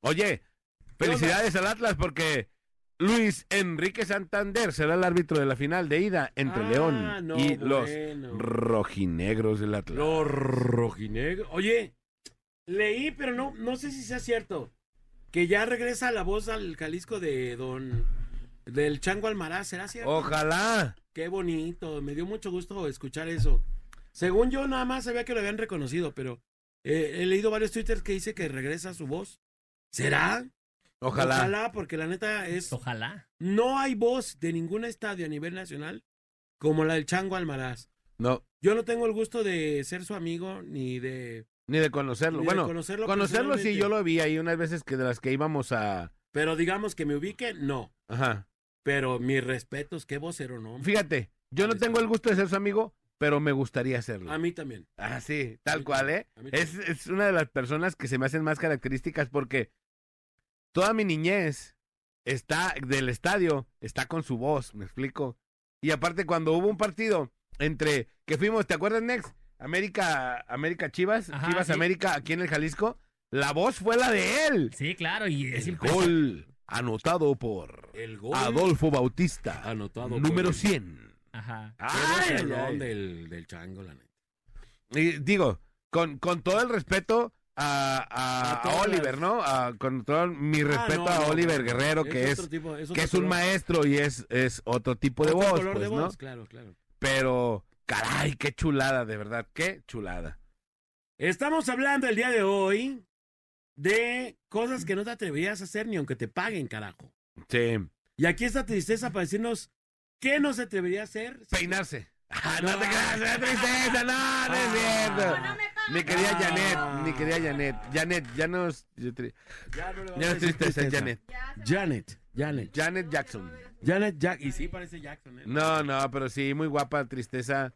Speaker 1: Oye, felicidades al Atlas porque Luis Enrique Santander será el árbitro de la final de ida entre
Speaker 2: Ah,
Speaker 1: León
Speaker 2: no,
Speaker 1: y
Speaker 2: bueno.
Speaker 1: los rojinegros del Atlas.
Speaker 2: Los rojinegros. Oye, leí, pero no, no sé si sea cierto. Que ya regresa la voz al Jalisco de don. del Chango Almaraz, ¿será cierto?
Speaker 1: Ojalá.
Speaker 2: Qué bonito, me dio mucho gusto escuchar eso. Según yo, nada más sabía que lo habían reconocido, pero Eh, he leído varios twitters que dice que regresa su voz. ¿Será?
Speaker 1: Ojalá.
Speaker 2: Ojalá, porque la neta es.
Speaker 3: Ojalá.
Speaker 2: No hay voz de ningún estadio a nivel nacional como la del Chango Almaraz.
Speaker 1: No,
Speaker 2: Yo no tengo el gusto de ser su amigo ni de.
Speaker 1: ni de conocerlo.
Speaker 2: ni de
Speaker 1: bueno,
Speaker 2: conocerlo,
Speaker 1: conocerlo sí,
Speaker 2: personalmente.
Speaker 1: yo lo vi ahí unas veces que de las que íbamos a...
Speaker 2: Pero digamos que me ubique, no.
Speaker 1: Ajá.
Speaker 2: Pero mis respetos, qué vocero, ¿no?
Speaker 1: Fíjate, yo no
Speaker 2: Ahí
Speaker 1: tengo
Speaker 2: está.
Speaker 1: el gusto de ser su amigo, pero me gustaría serlo.
Speaker 2: A mí también.
Speaker 1: Ah, sí,
Speaker 2: A
Speaker 1: tal
Speaker 2: mí
Speaker 1: cual,
Speaker 2: también,
Speaker 1: ¿eh?
Speaker 2: a mí
Speaker 1: Es, es una de las personas que se me hacen más características porque toda mi niñez está del estadio, está con su voz, ¿me explico? Y aparte cuando hubo un partido entre que fuimos, ¿te acuerdas, Nex? América, América Chivas,
Speaker 3: Ajá,
Speaker 1: Chivas
Speaker 3: sí.
Speaker 1: América aquí en el Jalisco, la voz fue la de él.
Speaker 3: Sí, claro, y es
Speaker 1: El
Speaker 3: impresionante.
Speaker 1: gol anotado por
Speaker 2: El gol
Speaker 1: Adolfo Bautista,
Speaker 2: anotado. por
Speaker 1: número
Speaker 2: el-
Speaker 1: 100.
Speaker 3: Ajá.
Speaker 2: Qué
Speaker 1: Ay,
Speaker 2: vocerón
Speaker 1: ay.
Speaker 2: Del, del Chango, la neta.
Speaker 1: Y digo, con, con todo el respeto a, a-
Speaker 2: A
Speaker 1: a
Speaker 2: todas
Speaker 1: Oliver,
Speaker 2: las-
Speaker 1: ¿no? A- con todo mi
Speaker 2: Ah,
Speaker 1: respeto
Speaker 2: no,
Speaker 1: a
Speaker 2: no,
Speaker 1: Oliver
Speaker 2: no, no.
Speaker 1: Guerrero, que es,
Speaker 2: otro tipo, es
Speaker 1: que
Speaker 2: otro
Speaker 1: es un
Speaker 2: color.
Speaker 1: maestro y es, es otro tipo de
Speaker 2: Otro
Speaker 1: voz,
Speaker 2: color
Speaker 1: pues,
Speaker 2: de
Speaker 1: ¿no?
Speaker 2: voz, claro, claro.
Speaker 1: Pero, caray, qué chulada, de verdad, qué chulada.
Speaker 2: Estamos hablando el día de hoy de cosas que no te atreverías a hacer ni aunque te paguen, carajo.
Speaker 1: Sí.
Speaker 2: Y aquí está tristeza para decirnos qué no se atrevería a hacer. si-
Speaker 1: Peinarse. [laughs] Ah, no,
Speaker 2: No.
Speaker 1: te creas, me da tristeza, no, no es cierto.
Speaker 2: Ah.
Speaker 1: Mi querida
Speaker 2: Ah.
Speaker 1: Janet, mi querida Janet. Janet, ya no es, ya tri-
Speaker 2: Ya no le
Speaker 1: ya
Speaker 2: vamos
Speaker 1: no
Speaker 2: a
Speaker 1: es
Speaker 2: decir
Speaker 1: tristeza, es Janet.
Speaker 2: Janet, Janet.
Speaker 1: Janet Jackson.
Speaker 2: Janet Jack. Y sí, parece Jackson. ¿eh?
Speaker 1: No, no, pero sí, muy guapa, tristeza.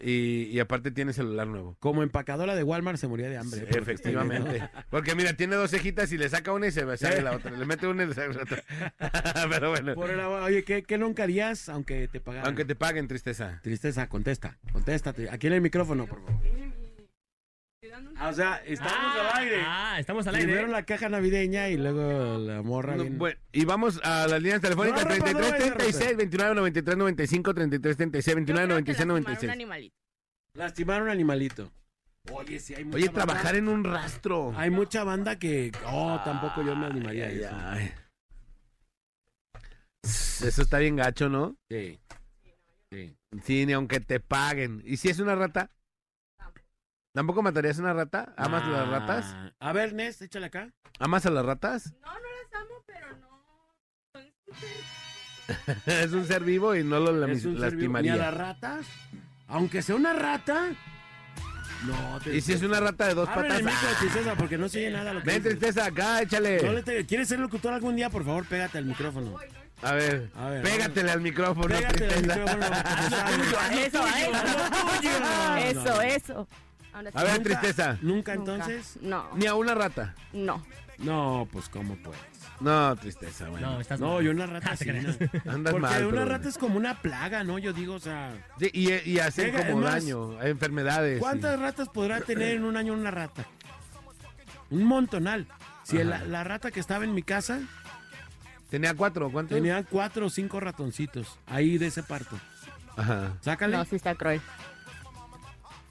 Speaker 1: Y, y aparte tiene celular nuevo.
Speaker 2: Como empacadora de Walmart se moría de
Speaker 1: Sí,
Speaker 2: hambre. porque
Speaker 1: efectivamente. Porque mira, tiene dos cejitas y le saca una y se sale la otra. Le mete una y le sale la otra. [laughs] Pero bueno,
Speaker 2: Por el agua- oye, ¿qué, ¿qué nunca harías aunque te pagaran?
Speaker 1: aunque te paguen tristeza.
Speaker 2: Tristeza, contesta, contéstate. Aquí en el micrófono, por favor. Ah, O sea, estamos
Speaker 3: Ah,
Speaker 2: al aire.
Speaker 3: Ah, estamos al aire.
Speaker 2: Primero la caja navideña y luego la morra.
Speaker 1: No,
Speaker 2: bien-
Speaker 1: bueno, y vamos a las líneas telefónicas
Speaker 2: No, Rafa,
Speaker 1: 33
Speaker 2: no, no,
Speaker 1: 36 29 93 95 33 36 29 96
Speaker 9: Un
Speaker 1: 96.
Speaker 9: animalito.
Speaker 2: Lastimar un animalito. Oye, sí, hay mucha
Speaker 1: Oye,
Speaker 2: banda-
Speaker 1: trabajar en un rastro.
Speaker 2: Hay mucha banda que. Oh, tampoco yo me
Speaker 1: Ay,
Speaker 2: animaría a
Speaker 1: ay,
Speaker 2: eso.
Speaker 1: ay. Eso está bien gacho, ¿no?
Speaker 2: Sí. Sí.
Speaker 1: Sí, ni aunque te paguen. ¿Y si es una rata? ¿Tampoco matarías una rata? ¿Amas
Speaker 2: Ah.
Speaker 1: las ratas?
Speaker 2: A ver, Nes, échale acá.
Speaker 1: ¿Amas a las ratas?
Speaker 9: No, no las amo, pero no. son súper-
Speaker 1: [laughs] es un ser vivo y no lo lami-
Speaker 2: Es un ser vivo. Ni a
Speaker 1: lastimaría.
Speaker 2: las ratas. Aunque sea una rata. No, te
Speaker 1: Y si es una rata de dos
Speaker 2: Ábrele
Speaker 1: patas.
Speaker 2: el micro,
Speaker 1: ¡ah!
Speaker 2: tristeza, porque no se oye nada lo que
Speaker 1: Ven,
Speaker 2: dices.
Speaker 1: tristeza, acá, échale.
Speaker 2: No le te- ¿Quieres ser locutor algún día? Por favor, pégate al micrófono.
Speaker 1: A ver,
Speaker 2: A ver,
Speaker 1: pégatele al micrófono,
Speaker 2: Pégate al
Speaker 1: tristeza. [laughs]
Speaker 2: micrófono.
Speaker 9: Eso, eh.
Speaker 2: No,
Speaker 9: Eso,
Speaker 2: no.
Speaker 9: eso. Ahora sí.
Speaker 1: A ver,
Speaker 2: Nunca-
Speaker 1: tristeza.
Speaker 2: ¿Nunca
Speaker 9: Nunca.
Speaker 2: entonces?
Speaker 9: No,
Speaker 1: Ni a una rata.
Speaker 9: no.
Speaker 2: No, pues cómo puedes.
Speaker 1: No, tristeza, bueno.
Speaker 2: [laughs]
Speaker 3: No, estás
Speaker 2: No,
Speaker 3: mal.
Speaker 2: yo una rata
Speaker 3: Ah, te
Speaker 2: sí, no.
Speaker 3: creas.
Speaker 1: Andas
Speaker 2: Porque
Speaker 1: mal.
Speaker 2: una
Speaker 1: pero
Speaker 2: rata es como una plaga, ¿no? Yo digo, o sea,
Speaker 1: bueno. Sí, y, y hacen
Speaker 2: Venga,
Speaker 1: como
Speaker 2: es más,
Speaker 1: daño, enfermedades.
Speaker 2: ¿cuántas
Speaker 1: y-
Speaker 2: ratas podrá tener en un año una rata? Un montonal. Si la, la rata que estaba en mi casa
Speaker 1: Tenía cuatro, ¿cuántos?
Speaker 2: tenía cuatro o cinco ratoncitos ahí de ese parto.
Speaker 1: Ajá.
Speaker 2: Sácale,
Speaker 9: No, sí está cruel.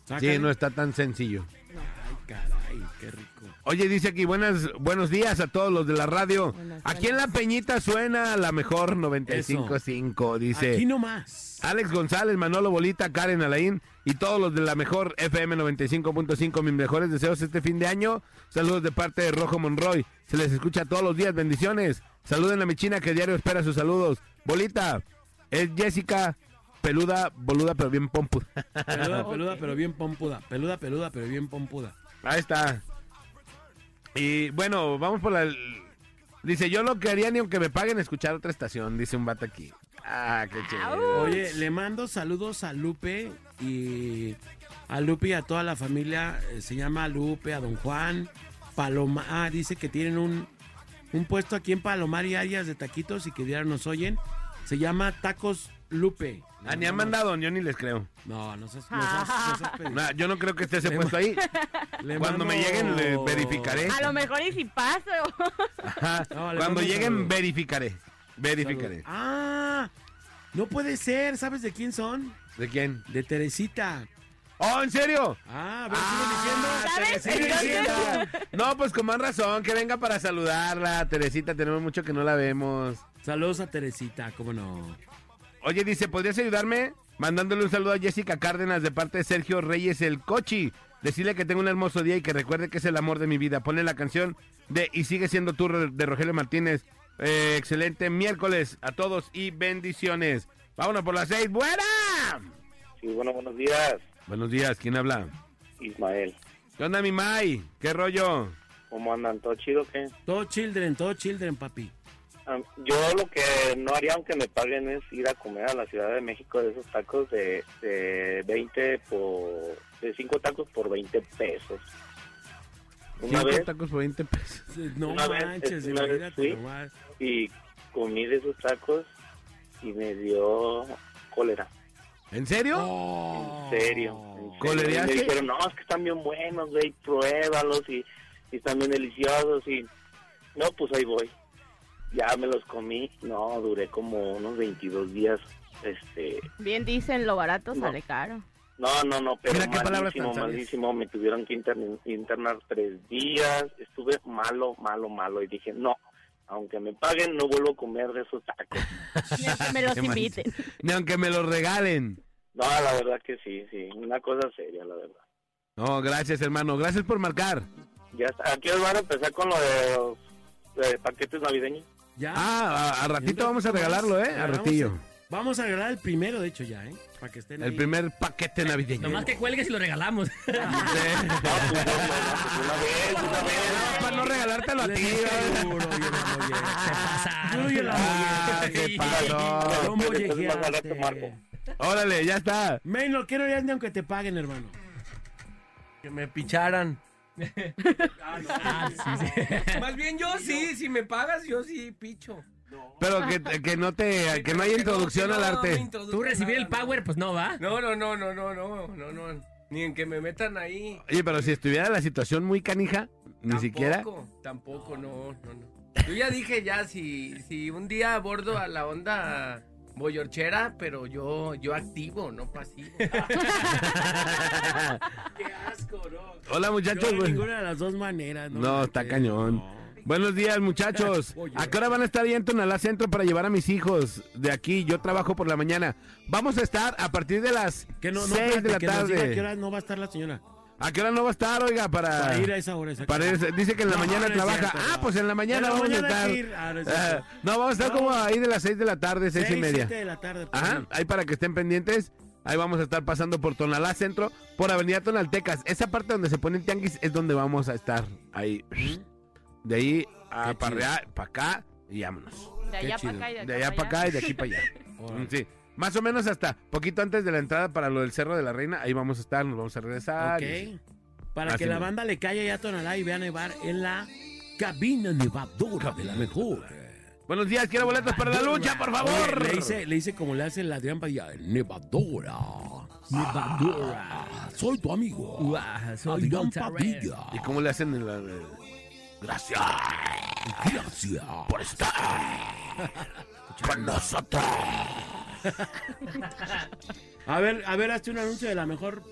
Speaker 2: sácale.
Speaker 1: Sí, no está tan sencillo.
Speaker 2: Ay, caray, qué rico.
Speaker 1: Oye, dice aquí, buenas, buenos días a todos los de la radio. Aquí en La Peñita suena la mejor 95.5, dice.
Speaker 2: Aquí nomás.
Speaker 1: Alex González, Manolo Bolita, Karen Alain y todos los de la mejor FM 95.5. Mis mejores deseos este fin de año. Saludos de parte de Rojo Monroy. Se les escucha todos los días. Bendiciones. Saluden a mi china que diario espera sus saludos. Bolita, es Jessica, peluda, boluda, pero bien pompuda.
Speaker 2: Peluda, peluda, pero bien pompuda. Peluda, peluda, pero bien pompuda.
Speaker 1: Ahí está. Y bueno, vamos por la. Dice, yo lo que haría ni aunque me paguen escuchar otra estación, dice un vato aquí. Ah, qué chido.
Speaker 2: Oye, le mando saludos a Lupe y a Lupe y a toda la familia. Eh, Se llama Lupe, a don Juan. Paloma, ah, dice que tienen un, un puesto aquí en Palomar y Arias de taquitos y que ya nos oyen. Se llama Tacos Lupe.
Speaker 1: Ah, ni han mandado, yo ni les creo.
Speaker 2: No, no seas, no seas-
Speaker 1: [laughs]
Speaker 2: no seas pedido.
Speaker 1: No, yo no creo que esté ese
Speaker 2: Le
Speaker 1: puesto
Speaker 2: [laughs]
Speaker 1: ahí.
Speaker 2: Le
Speaker 1: Cuando me
Speaker 2: mando-
Speaker 1: lleguen, le verificaré.
Speaker 9: A lo mejor y si paso.
Speaker 1: Ajá.
Speaker 2: No, le mando
Speaker 1: Cuando lleguen,
Speaker 2: saludos.
Speaker 1: verificaré. Verificaré.
Speaker 2: Saludos. Ah, no puede ser. ¿Sabes de quién son?
Speaker 1: ¿De quién?
Speaker 2: De Teresita.
Speaker 1: ¡Oh, en serio!
Speaker 2: Ah, a ver, sigue diciendo.
Speaker 1: Ah,
Speaker 9: ¿Sabes?
Speaker 1: Teresita.
Speaker 9: Entonces-
Speaker 1: No, pues con más razón, que venga para saludarla. Teresita, tenemos mucho que no la vemos.
Speaker 2: Saludos a Teresita, cómo no.
Speaker 1: Oye, dice, ¿podrías ayudarme? Mandándole un saludo a Jessica Cárdenas de parte de Sergio Reyes el Cochi. Decirle que tenga un hermoso día y que recuerde que es el amor de mi vida. Pone la canción de Y sigue siendo tú de Rogelio Martínez. Eh, excelente miércoles a todos y bendiciones. Vámonos por las seis. ¡Buena!
Speaker 5: Sí, bueno, buenos días,
Speaker 1: Buenos días, ¿quién habla?
Speaker 5: Ismael.
Speaker 1: ¿Qué onda, mi Mai? ¿Qué rollo?
Speaker 5: ¿Cómo andan? ¿Todo chido o qué?
Speaker 2: Todo children, todo children, papi.
Speaker 5: Ah, Yo lo que no haría aunque me paguen es ir a comer a la Ciudad de México de esos tacos de, de 20 por... de 5 tacos por 20 pesos. Una
Speaker 1: Cinco
Speaker 5: vez
Speaker 1: tacos por 20 pesos.
Speaker 2: No
Speaker 5: Una vez,
Speaker 2: manches,
Speaker 5: una vez
Speaker 2: imagínate
Speaker 5: fui.
Speaker 2: nomás.
Speaker 5: y comí de esos tacos y me dio cólera.
Speaker 1: ¿En serio?
Speaker 2: Oh.
Speaker 5: En serio. en serio.
Speaker 1: ¿Colereaste?
Speaker 5: Y Me dijeron, no, es que están bien buenos, güey, pruébalos y, y están bien deliciosos y... No, pues ahí voy. Ya me los comí. No, duré como unos 22 días, este...
Speaker 9: Bien dicen, lo barato
Speaker 5: No.
Speaker 9: sale caro.
Speaker 5: No, no, no, pero
Speaker 1: Mira qué palabras
Speaker 5: malísimo,
Speaker 1: tan sabias.
Speaker 5: malísimo. Me tuvieron que intern- internar tres días. Estuve malo, malo, malo. Y dije, no, aunque me paguen, no vuelvo a comer de esos tacos.
Speaker 9: Que me
Speaker 1: [laughs]
Speaker 9: los
Speaker 1: Qué mal.
Speaker 9: inviten.
Speaker 1: Ni aunque me lo regalen.
Speaker 5: No, la verdad que sí, sí. Una cosa seria, la verdad.
Speaker 1: No, gracias, hermano. Gracias por marcar.
Speaker 5: Ya está. Aquí os van a empezar con lo de los eh, paquetes navideños.
Speaker 2: Ya.
Speaker 1: Ah, a, a ratito vamos a
Speaker 2: Entonces,
Speaker 1: regalarlo, ¿eh?
Speaker 2: ya,
Speaker 1: A
Speaker 2: vamos
Speaker 1: ratillo.
Speaker 2: Vamos a regalar el primero, de hecho, ya, ¿eh? Para que estén
Speaker 1: El
Speaker 2: ahí.
Speaker 1: primer paquete navideño.
Speaker 3: Nomás que cuelgues y lo regalamos.
Speaker 5: No, pues, no, no, pues, una vez, una vez.
Speaker 1: [laughs] Para no regalártelo a
Speaker 2: Le
Speaker 1: ti.
Speaker 2: dije,
Speaker 1: ¿verdad?
Speaker 2: "Duro, oye, la
Speaker 1: [laughs]
Speaker 2: mollera". Duro y el
Speaker 1: Ah,
Speaker 2: amor.
Speaker 1: qué pasó.
Speaker 2: ¿Cómo
Speaker 5: Entonces, es más
Speaker 2: llegaste?
Speaker 5: barato, Marco.
Speaker 1: Órale, ya está.
Speaker 2: Men, no quiero ir ni aunque te paguen, hermano.
Speaker 10: [laughs] Que me picharan.
Speaker 3: Ah, sí, sí.
Speaker 10: Más bien yo sí, si me pagas, yo sí picho.
Speaker 1: Pero que, que no te, que no haya introducción
Speaker 10: no,
Speaker 1: al
Speaker 10: no me
Speaker 1: arte.
Speaker 10: introduzcan
Speaker 3: Tú recibir el
Speaker 10: nada,
Speaker 3: power, pues no va.
Speaker 10: No, no, no, no, no, no, no, no. Ni en que me metan ahí.
Speaker 1: Oye, pero si estuviera la situación muy canija, ni
Speaker 10: Tampoco, [laughs]
Speaker 1: siquiera.
Speaker 10: Tampoco, no, no, no. Yo ya dije ya, si, si un día abordo a la onda boyorchera, pero yo, yo activo, no pasivo. Qué asco, ¿no?
Speaker 1: Hola,
Speaker 2: Yo
Speaker 1: muchachos.
Speaker 2: de
Speaker 1: güey.
Speaker 2: ninguna de las dos maneras, ¿no?
Speaker 1: No, está cañón. Buenos días, muchachos.
Speaker 2: [laughs] Oye.
Speaker 1: ¿A qué hora van a estar ahí en Tonalá Centro para llevar a mis hijos de aquí? Yo trabajo por la mañana. Vamos a estar a partir de las
Speaker 2: Que no, no,
Speaker 1: 6
Speaker 2: espérate,
Speaker 1: de la
Speaker 2: que nos diga a qué
Speaker 1: tarde.
Speaker 2: hora no va a estar la señora.
Speaker 1: ¿A qué hora no va a estar, oiga, para...
Speaker 2: Para ir a esa hora. exacto.
Speaker 1: Ah. para ir- dice que en la
Speaker 2: No,
Speaker 1: mañana
Speaker 2: no es
Speaker 1: trabaja.
Speaker 2: cierto,
Speaker 1: ah,
Speaker 2: no.
Speaker 1: pues en la mañana
Speaker 2: En la
Speaker 1: vamos
Speaker 2: mañana
Speaker 1: a estar.
Speaker 2: hay que ir. Ah, no es
Speaker 1: Ah,
Speaker 2: cierto.
Speaker 1: no, vamos a estar
Speaker 2: No.
Speaker 1: como ahí de las 6 de la tarde, 6 y
Speaker 2: Seis,
Speaker 1: media.
Speaker 2: siete de la tarde. por
Speaker 1: Ajá,
Speaker 2: ahí.
Speaker 1: ahí para que estén pendientes. Ahí vamos a estar pasando por Tonalá Centro, por Avenida Tonaltecas. Esa parte donde se pone el tianguis es donde vamos a estar. Ahí. De ahí a para allá, para acá y vámonos.
Speaker 9: De
Speaker 1: Qué
Speaker 9: allá
Speaker 1: chido.
Speaker 9: para acá y de,
Speaker 1: De allá para acá y de aquí
Speaker 2: [laughs]
Speaker 1: para allá. Mm,
Speaker 2: Órale.
Speaker 1: Sí. Más o menos hasta poquito antes de la entrada para lo del Cerro de la Reina. Ahí vamos a estar, nos vamos a regresar. y así.
Speaker 2: Ok. Para
Speaker 1: Así
Speaker 2: que la
Speaker 1: mero.
Speaker 2: banda le calle ya a Tonalá y vea nevar en la cabina nevadora de la mejor.
Speaker 1: Buenos días, quiero boletos para la lucha, por favor.
Speaker 2: Oye, le, hice, le hice como le hace la Adrián Padilla. Nevadora. Nevadora. Soy tu amigo.
Speaker 3: Ah,
Speaker 2: Adrián Padilla.
Speaker 1: ¿Y cómo le hacen en la- el- Gracias
Speaker 2: Gracias por [laughs] estar con nosotros. A ver, a ver, hazte un anuncio de la mejor.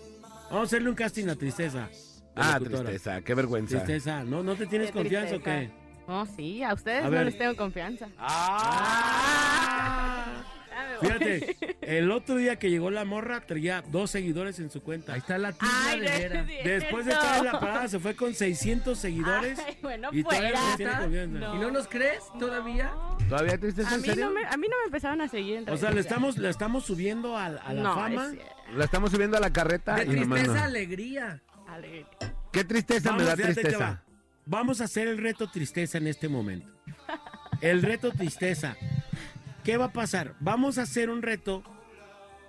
Speaker 2: Vamos a hacerle un casting a Tristeza. de
Speaker 1: Ah,
Speaker 2: locutora.
Speaker 1: tristeza, qué vergüenza.
Speaker 2: Tristeza, ¿no, ¿no te tienes
Speaker 9: Qué
Speaker 2: confianza o qué?
Speaker 9: tristeza. No, sí, a ustedes
Speaker 2: A
Speaker 9: no
Speaker 2: ver.
Speaker 9: les tengo confianza.
Speaker 1: Ah.
Speaker 9: Ya me
Speaker 2: Ah.
Speaker 9: voy.
Speaker 2: Fíjate, el otro día que llegó la morra traía dos seguidores en su cuenta.
Speaker 10: Ahí está la tía
Speaker 9: [laughs] Ay,
Speaker 10: de
Speaker 9: no es
Speaker 10: veras.
Speaker 9: cierto.
Speaker 2: Después de estar en la parada se fue con 600 seguidores.
Speaker 9: Ay, bueno,
Speaker 2: y todavía
Speaker 9: fuera.
Speaker 2: no tiene confianza.
Speaker 10: ¿Y no nos crees todavía?
Speaker 1: ¿Todavía hay tristeza
Speaker 9: A
Speaker 1: en
Speaker 9: mí,
Speaker 1: serio?
Speaker 9: no me, a mí no me empezaron a seguir en
Speaker 2: O
Speaker 9: redes
Speaker 2: sea, le
Speaker 9: sociales.
Speaker 2: estamos, le estamos subiendo a, a la
Speaker 9: no,
Speaker 2: fama.
Speaker 9: es cierto.
Speaker 1: La estamos subiendo a la carreta.
Speaker 10: De
Speaker 1: y nomás
Speaker 10: tristeza,
Speaker 1: no.
Speaker 10: alegría.
Speaker 9: Alegría.
Speaker 1: Qué tristeza
Speaker 2: Vamos,
Speaker 1: me da
Speaker 2: fíjate, ahí te
Speaker 1: tristeza.
Speaker 2: va. Vamos a hacer el reto tristeza en este momento. El reto tristeza. ¿Qué va a pasar? Vamos a hacer un reto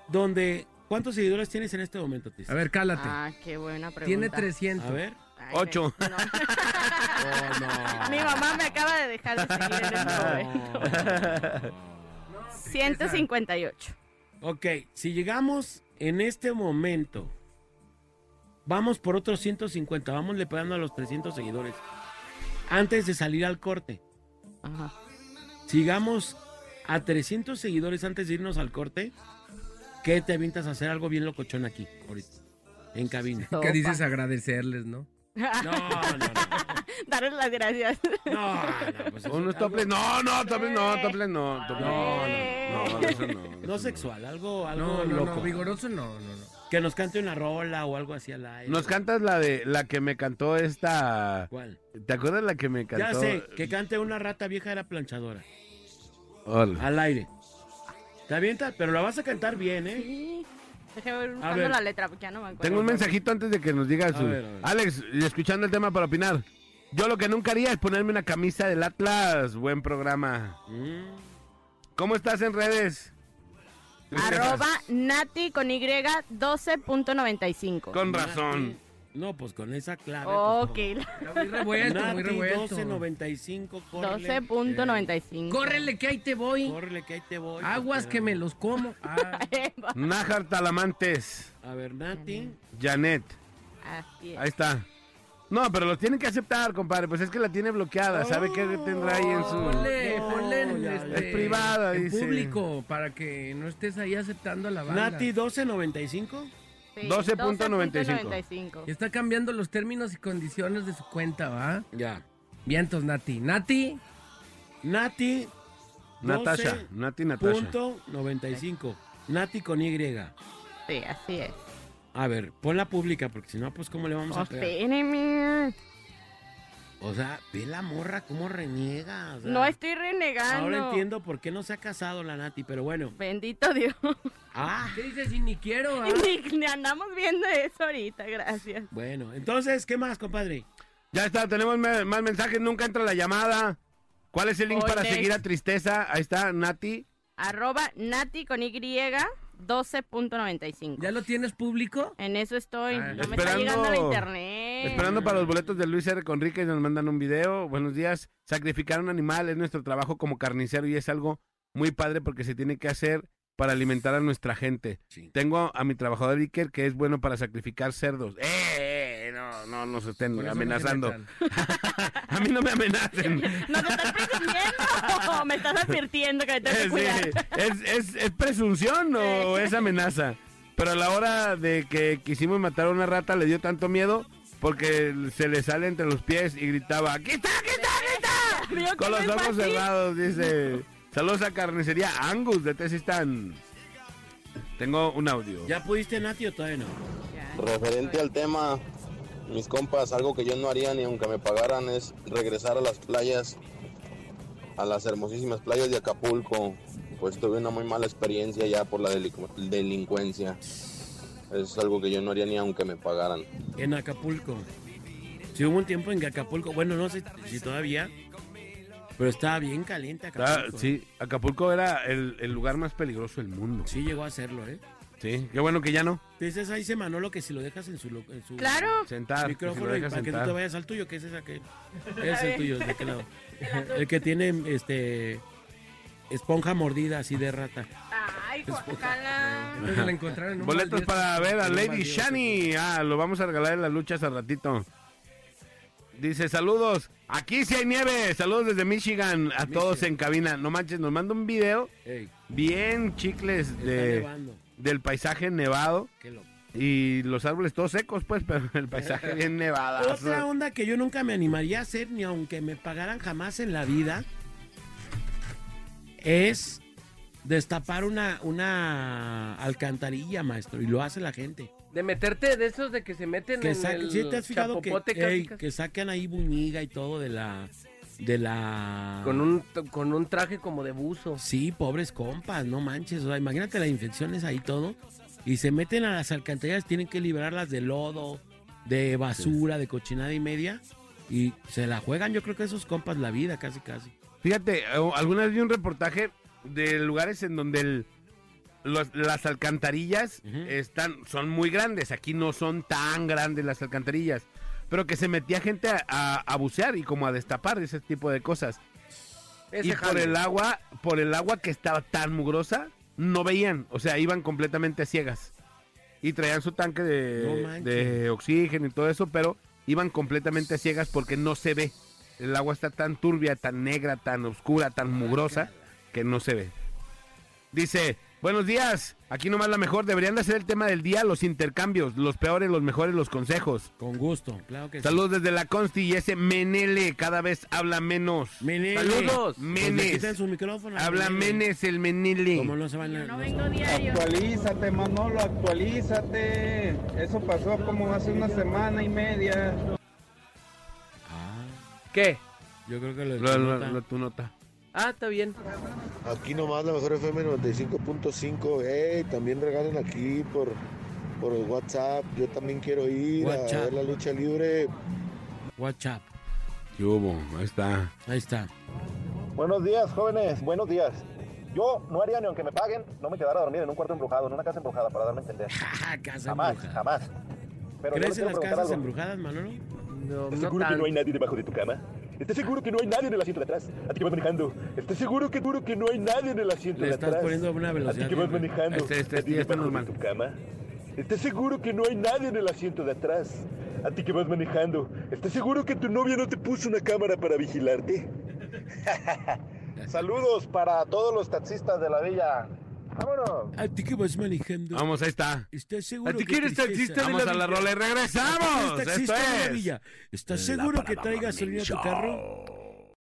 Speaker 2: donde... ¿Cuántos seguidores tienes en este momento,
Speaker 10: A
Speaker 2: Tristeza?
Speaker 10: ver, cálate.
Speaker 9: Ah, qué buena pregunta.
Speaker 10: Tiene 300.
Speaker 2: A ver.
Speaker 9: Ay,
Speaker 1: Ocho.
Speaker 9: me-
Speaker 2: [laughs]
Speaker 9: no.
Speaker 2: Oh,
Speaker 9: Mi mamá me acaba de dejar de seguir
Speaker 2: [laughs]
Speaker 9: en este momento. 158.
Speaker 2: Ok, si llegamos en este momento, vamos por otros 150, vamos le pegando a los 300 seguidores. Antes de salir al corte,
Speaker 9: Ajá.
Speaker 2: sigamos a 300 seguidores antes de irnos al corte. ¿Qué te avientas a hacer algo bien locochón aquí, ahorita? En cabina.
Speaker 10: ¿Qué dices agradecerles, no?
Speaker 2: No, no, no.
Speaker 9: Daros las gracias. [laughs]
Speaker 2: No, no, pues eso-
Speaker 1: Unos toples. No, no, toples no, toples no. toples no,
Speaker 2: No, no,
Speaker 1: no, no, eso no, eso
Speaker 2: No sexual, algo, algo
Speaker 10: No, no,
Speaker 2: loco.
Speaker 10: no, vigoroso no, no, no.
Speaker 2: Que nos cante una rola o algo así al aire.
Speaker 1: Nos cantas la de la que me cantó esta.
Speaker 2: ¿Cuál?
Speaker 1: ¿Te acuerdas la que me
Speaker 2: Ya
Speaker 1: cantó?
Speaker 2: sé, que cante una rata vieja era planchadora.
Speaker 1: Órale.
Speaker 2: Al aire. Te avientas, pero la vas a cantar bien, ¿eh?
Speaker 9: Sí. Déjame ver
Speaker 2: A
Speaker 9: buscando
Speaker 2: ver.
Speaker 9: la letra, porque ya no me acuerdo.
Speaker 1: Tengo un mensajito antes de que nos diga su...
Speaker 2: ver, a ver.
Speaker 1: Alex, y escuchando el tema para opinar. Yo lo que nunca haría es ponerme una camisa del Atlas. Buen programa.
Speaker 2: Mm.
Speaker 1: ¿Cómo estás en redes?
Speaker 9: Arroba nati con Y 12.95.
Speaker 1: Con razón.
Speaker 2: No, pues con esa clave.
Speaker 9: [laughs]
Speaker 2: pues,
Speaker 9: Ok,
Speaker 10: Está muy revuelto, muy
Speaker 2: Nati,
Speaker 10: revuelto.
Speaker 2: 12.95, córrele. eh,
Speaker 9: 12.95.
Speaker 3: Córrele, que ahí te voy.
Speaker 2: Córrele, pues, que ahí te voy.
Speaker 3: Aguas que me
Speaker 2: [laughs]
Speaker 3: los como. Ah,
Speaker 1: Nájar Talamantes.
Speaker 2: A ver, Nati.
Speaker 1: Janet.
Speaker 9: [laughs] Así es.
Speaker 1: Ahí está. No, pero los tienen que aceptar, compadre. Pues es que la tiene bloqueada. ¿Sabe qué tendrá ahí en su...?
Speaker 10: Ponle,
Speaker 2: No,
Speaker 10: ponle en
Speaker 2: ya,
Speaker 10: este,
Speaker 2: ya.
Speaker 1: Es privada,
Speaker 10: en
Speaker 1: dice.
Speaker 10: público, para que no estés ahí aceptando a la banda.
Speaker 2: Nati, 12.95.
Speaker 9: Sí,
Speaker 1: 12.95.
Speaker 9: 12.95.
Speaker 10: Está cambiando los términos y condiciones de su cuenta, ¿va?
Speaker 2: Ya.
Speaker 10: Vientos, Nati. Nati,
Speaker 2: Nati.
Speaker 1: Natasha. Nati Natasha.
Speaker 2: Punto 95. Nati con Y.
Speaker 9: Sí, así es.
Speaker 2: A ver, pon la pública, porque si no, pues, ¿cómo le vamos a pegar?
Speaker 9: Espérenme.
Speaker 2: O sea, ve la morra cómo reniega. o sea,
Speaker 9: No estoy renegando.
Speaker 2: Ahora entiendo por qué no se ha casado la Nati, pero bueno.
Speaker 9: Bendito Dios. [laughs]
Speaker 2: Ah,
Speaker 10: ¿qué dices? Y ni quiero, ¿ah?
Speaker 9: Ni, ni andamos viendo eso ahorita, gracias.
Speaker 2: bueno. Entonces, ¿qué más, compadre?
Speaker 1: Ya está, tenemos me- más mensajes, nunca entra la llamada. ¿Cuál es el link
Speaker 9: Hoy
Speaker 1: para
Speaker 9: next.
Speaker 1: seguir a Tristeza? Ahí está, Nati.
Speaker 9: Arroba Nati con Y 12.95.
Speaker 10: ¿Ya lo tienes público?
Speaker 9: En eso estoy.
Speaker 10: Ah,
Speaker 9: no me está
Speaker 1: esperando-
Speaker 9: llegando el internet.
Speaker 1: Esperando para los boletos de Luis R. Conrique, nos mandan un video. Buenos días. Sacrificar un animal es nuestro trabajo como carnicero y es algo muy padre porque se tiene que hacer para alimentar a nuestra gente.
Speaker 2: Sí.
Speaker 1: Tengo a mi trabajador Iker que es bueno para sacrificar cerdos. ¡Eh! eh, No, no nos estén
Speaker 10: Por eso no
Speaker 1: amenazando.
Speaker 10: se metan.
Speaker 1: a mí no me
Speaker 10: [laughs]
Speaker 1: amenacen.
Speaker 9: ¡Nos
Speaker 1: [laughs]
Speaker 9: estás presumiendo! [laughs] me estás advirtiendo que me tengo que
Speaker 1: Es,
Speaker 9: cuidar.
Speaker 1: Eh, es- es- es presunción
Speaker 10: [laughs]
Speaker 1: o es amenaza. Pero a la hora de que quisimos matar a una rata le dio tanto miedo porque se le sale entre los pies y gritaba, ¡Aquí está, aquí está, aquí está!
Speaker 9: Vio que
Speaker 1: Con los
Speaker 9: no es
Speaker 1: ojos
Speaker 9: fácil.
Speaker 1: cerrados, dice. Saludos a Carnicería Angus de Tesistán. Tengo un audio.
Speaker 2: ¿Ya pudiste, Nati, o todavía no?
Speaker 11: Referente al tema, mis compas, algo que yo no haría ni aunque me pagaran es regresar a las playas, a las hermosísimas playas de Acapulco. Pues tuve una muy mala experiencia ya por la delincu- delincuencia. Es algo que yo no haría ni aunque me pagaran.
Speaker 2: En Acapulco. Si hubo un tiempo en que Acapulco, bueno, no sé si todavía, pero estaba bien caliente
Speaker 1: Está-
Speaker 2: Acapulco.
Speaker 1: Ah,
Speaker 2: ¿eh?
Speaker 1: sí, Acapulco era el, el lugar más peligroso del mundo.
Speaker 2: Sí llegó a hacerlo, ¿eh?
Speaker 1: Sí, qué bueno que ya no.
Speaker 2: Dices, ahí se Manolo que si lo dejas en su... lo- en su
Speaker 9: Claro.
Speaker 2: Ah,
Speaker 1: Sentar. que se lo
Speaker 2: Micrófono y
Speaker 1: dejas
Speaker 2: para que tú
Speaker 1: sentar.
Speaker 2: te vayas al tuyo, que ese es
Speaker 10: [laughs]
Speaker 2: aquel. Es el tuyo, ¿de qué lado? El que tiene, este... Esponja mordida así de rata.
Speaker 9: Ay, guacala.
Speaker 10: Entonces la encontraron en un
Speaker 1: Boletos
Speaker 10: baldío.
Speaker 1: para ver a
Speaker 10: En un
Speaker 1: Lady
Speaker 10: baldío,
Speaker 1: Shani. Ah, lo vamos a regalar en las luchas al ratito. Dice, saludos. Aquí sí hay nieve. Saludos desde Michigan a todos en cabina. No manches, nos manda un video
Speaker 2: Ey,
Speaker 1: bien chicles
Speaker 2: está
Speaker 1: de,
Speaker 2: nevando.
Speaker 1: del paisaje nevado
Speaker 2: Qué loco.
Speaker 1: y los árboles todos secos, pues, pero el paisaje bien nevado.
Speaker 2: [laughs] Otra onda que yo nunca me animaría a hacer, ni aunque me pagaran jamás en la vida, es destapar una, una alcantarilla, maestro. Y lo hace la gente.
Speaker 10: De meterte de esos de que se meten
Speaker 2: Que
Speaker 10: en
Speaker 2: sa-
Speaker 10: el
Speaker 2: ¿sí te has fijado que,
Speaker 10: chapopote casi,
Speaker 2: ey,
Speaker 10: casi?
Speaker 2: que sacan ahí buñiga y todo de la... De la...
Speaker 10: Con un, con un traje como de buzo.
Speaker 2: Sí, pobres compas, no manches. O sea, imagínate las infecciones ahí todo. Y se meten a las alcantarillas, tienen que liberarlas de lodo, de basura, de cochinada y media. Y se la juegan, yo creo que esos compas la vida, casi, casi.
Speaker 1: Fíjate, eh, alguna vez vi un reportaje de lugares en donde el- los- las alcantarillas
Speaker 2: Ujú.
Speaker 1: están, son muy grandes. Aquí no son tan grandes las alcantarillas. Pero que se metía gente a, a- a bucear y como a destapar ese tipo de cosas.
Speaker 10: Ese
Speaker 1: y por
Speaker 10: jale.
Speaker 1: el agua, por el agua que estaba tan mugrosa, no veían. O sea, iban completamente a ciegas. Y traían su tanque de,
Speaker 2: No manches.
Speaker 1: de oxígeno y todo eso, pero iban completamente a ciegas porque no se ve. El agua está tan
Speaker 2: Ah,
Speaker 1: turbia, tan negra, tan oscura, tan mugrosa, que no se ve. Dice, Buenos días. Aquí nomás la mejor. Deberían de hacer el tema del día, los intercambios, los peores, los mejores, los consejos.
Speaker 2: Con gusto, claro que sí.
Speaker 1: Saludos desde la Consti y ese Menele cada vez habla menos.
Speaker 2: Menele.
Speaker 1: Saludos.
Speaker 2: Pues le
Speaker 1: Menes.
Speaker 2: quitan su micrófono.
Speaker 1: Habla Menes, el Menele.
Speaker 2: Como no se van a-
Speaker 12: Actualízate, Manolo, actualízate. Eso pasó como hace una semana y media.
Speaker 10: ¿Qué?
Speaker 2: Ah, Yo creo que lo,
Speaker 1: lo, lo- tu nota.
Speaker 10: Ah, está bien.
Speaker 13: Aquí nomás la mejor FM 95.5. Ey, también regalen aquí por, por el WhatsApp. Yo también quiero ir a
Speaker 2: WhatsApp.
Speaker 13: ver la lucha libre.
Speaker 2: WhatsApp.
Speaker 1: ¿Qué hubo? Ahí está.
Speaker 2: Ahí está.
Speaker 14: Buenos días, jóvenes, buenos días. Yo no haría ni aunque me paguen, no me quedara a dormir en un cuarto embrujado, en una casa embrujada, para darme a entender. jamás, jamás. Pero yo
Speaker 2: ¿Crees
Speaker 14: les
Speaker 2: en las
Speaker 14: quiero preguntar
Speaker 2: casas
Speaker 14: algo.
Speaker 2: embrujadas, Manolo? No,
Speaker 14: ¿Estás seguro que no hay nadie debajo de tu cama? ¿Estás seguro que no hay nadie en el asiento de atrás? ¿A ti que vas manejando? ¿Estás seguro que duro que no hay nadie en el asiento
Speaker 2: Le
Speaker 14: de
Speaker 2: estás
Speaker 14: atrás?
Speaker 2: poniendo una
Speaker 14: ¿A
Speaker 2: velocidad
Speaker 14: ti que vas
Speaker 2: bien, güey.
Speaker 14: manejando?
Speaker 2: Este, este,
Speaker 14: ¿A ti
Speaker 2: este ya está
Speaker 14: debajo de
Speaker 2: normal.
Speaker 14: tu cama? ¿Estás seguro que no hay nadie en el asiento de atrás? ¿A ti que vas manejando? ¿Estás seguro que tu novia no te puso una cámara para vigilarte?
Speaker 13: [laughs] Saludos para todos los taxistas de la villa. Vámonos.
Speaker 2: ¿A ti que vas manejando?
Speaker 1: Vamos, ahí está.
Speaker 2: ¿Estás seguro
Speaker 1: ¿A ti
Speaker 2: que
Speaker 1: quieres taxista de la Vamos a la villa? rola y regresamos.
Speaker 2: ¿A ti quieres taxista
Speaker 1: Esto
Speaker 2: de la
Speaker 1: es
Speaker 2: villa? ¿Estás
Speaker 1: La
Speaker 2: seguro que
Speaker 1: Parada
Speaker 2: trae
Speaker 1: Morning
Speaker 2: gasolina a tu carro?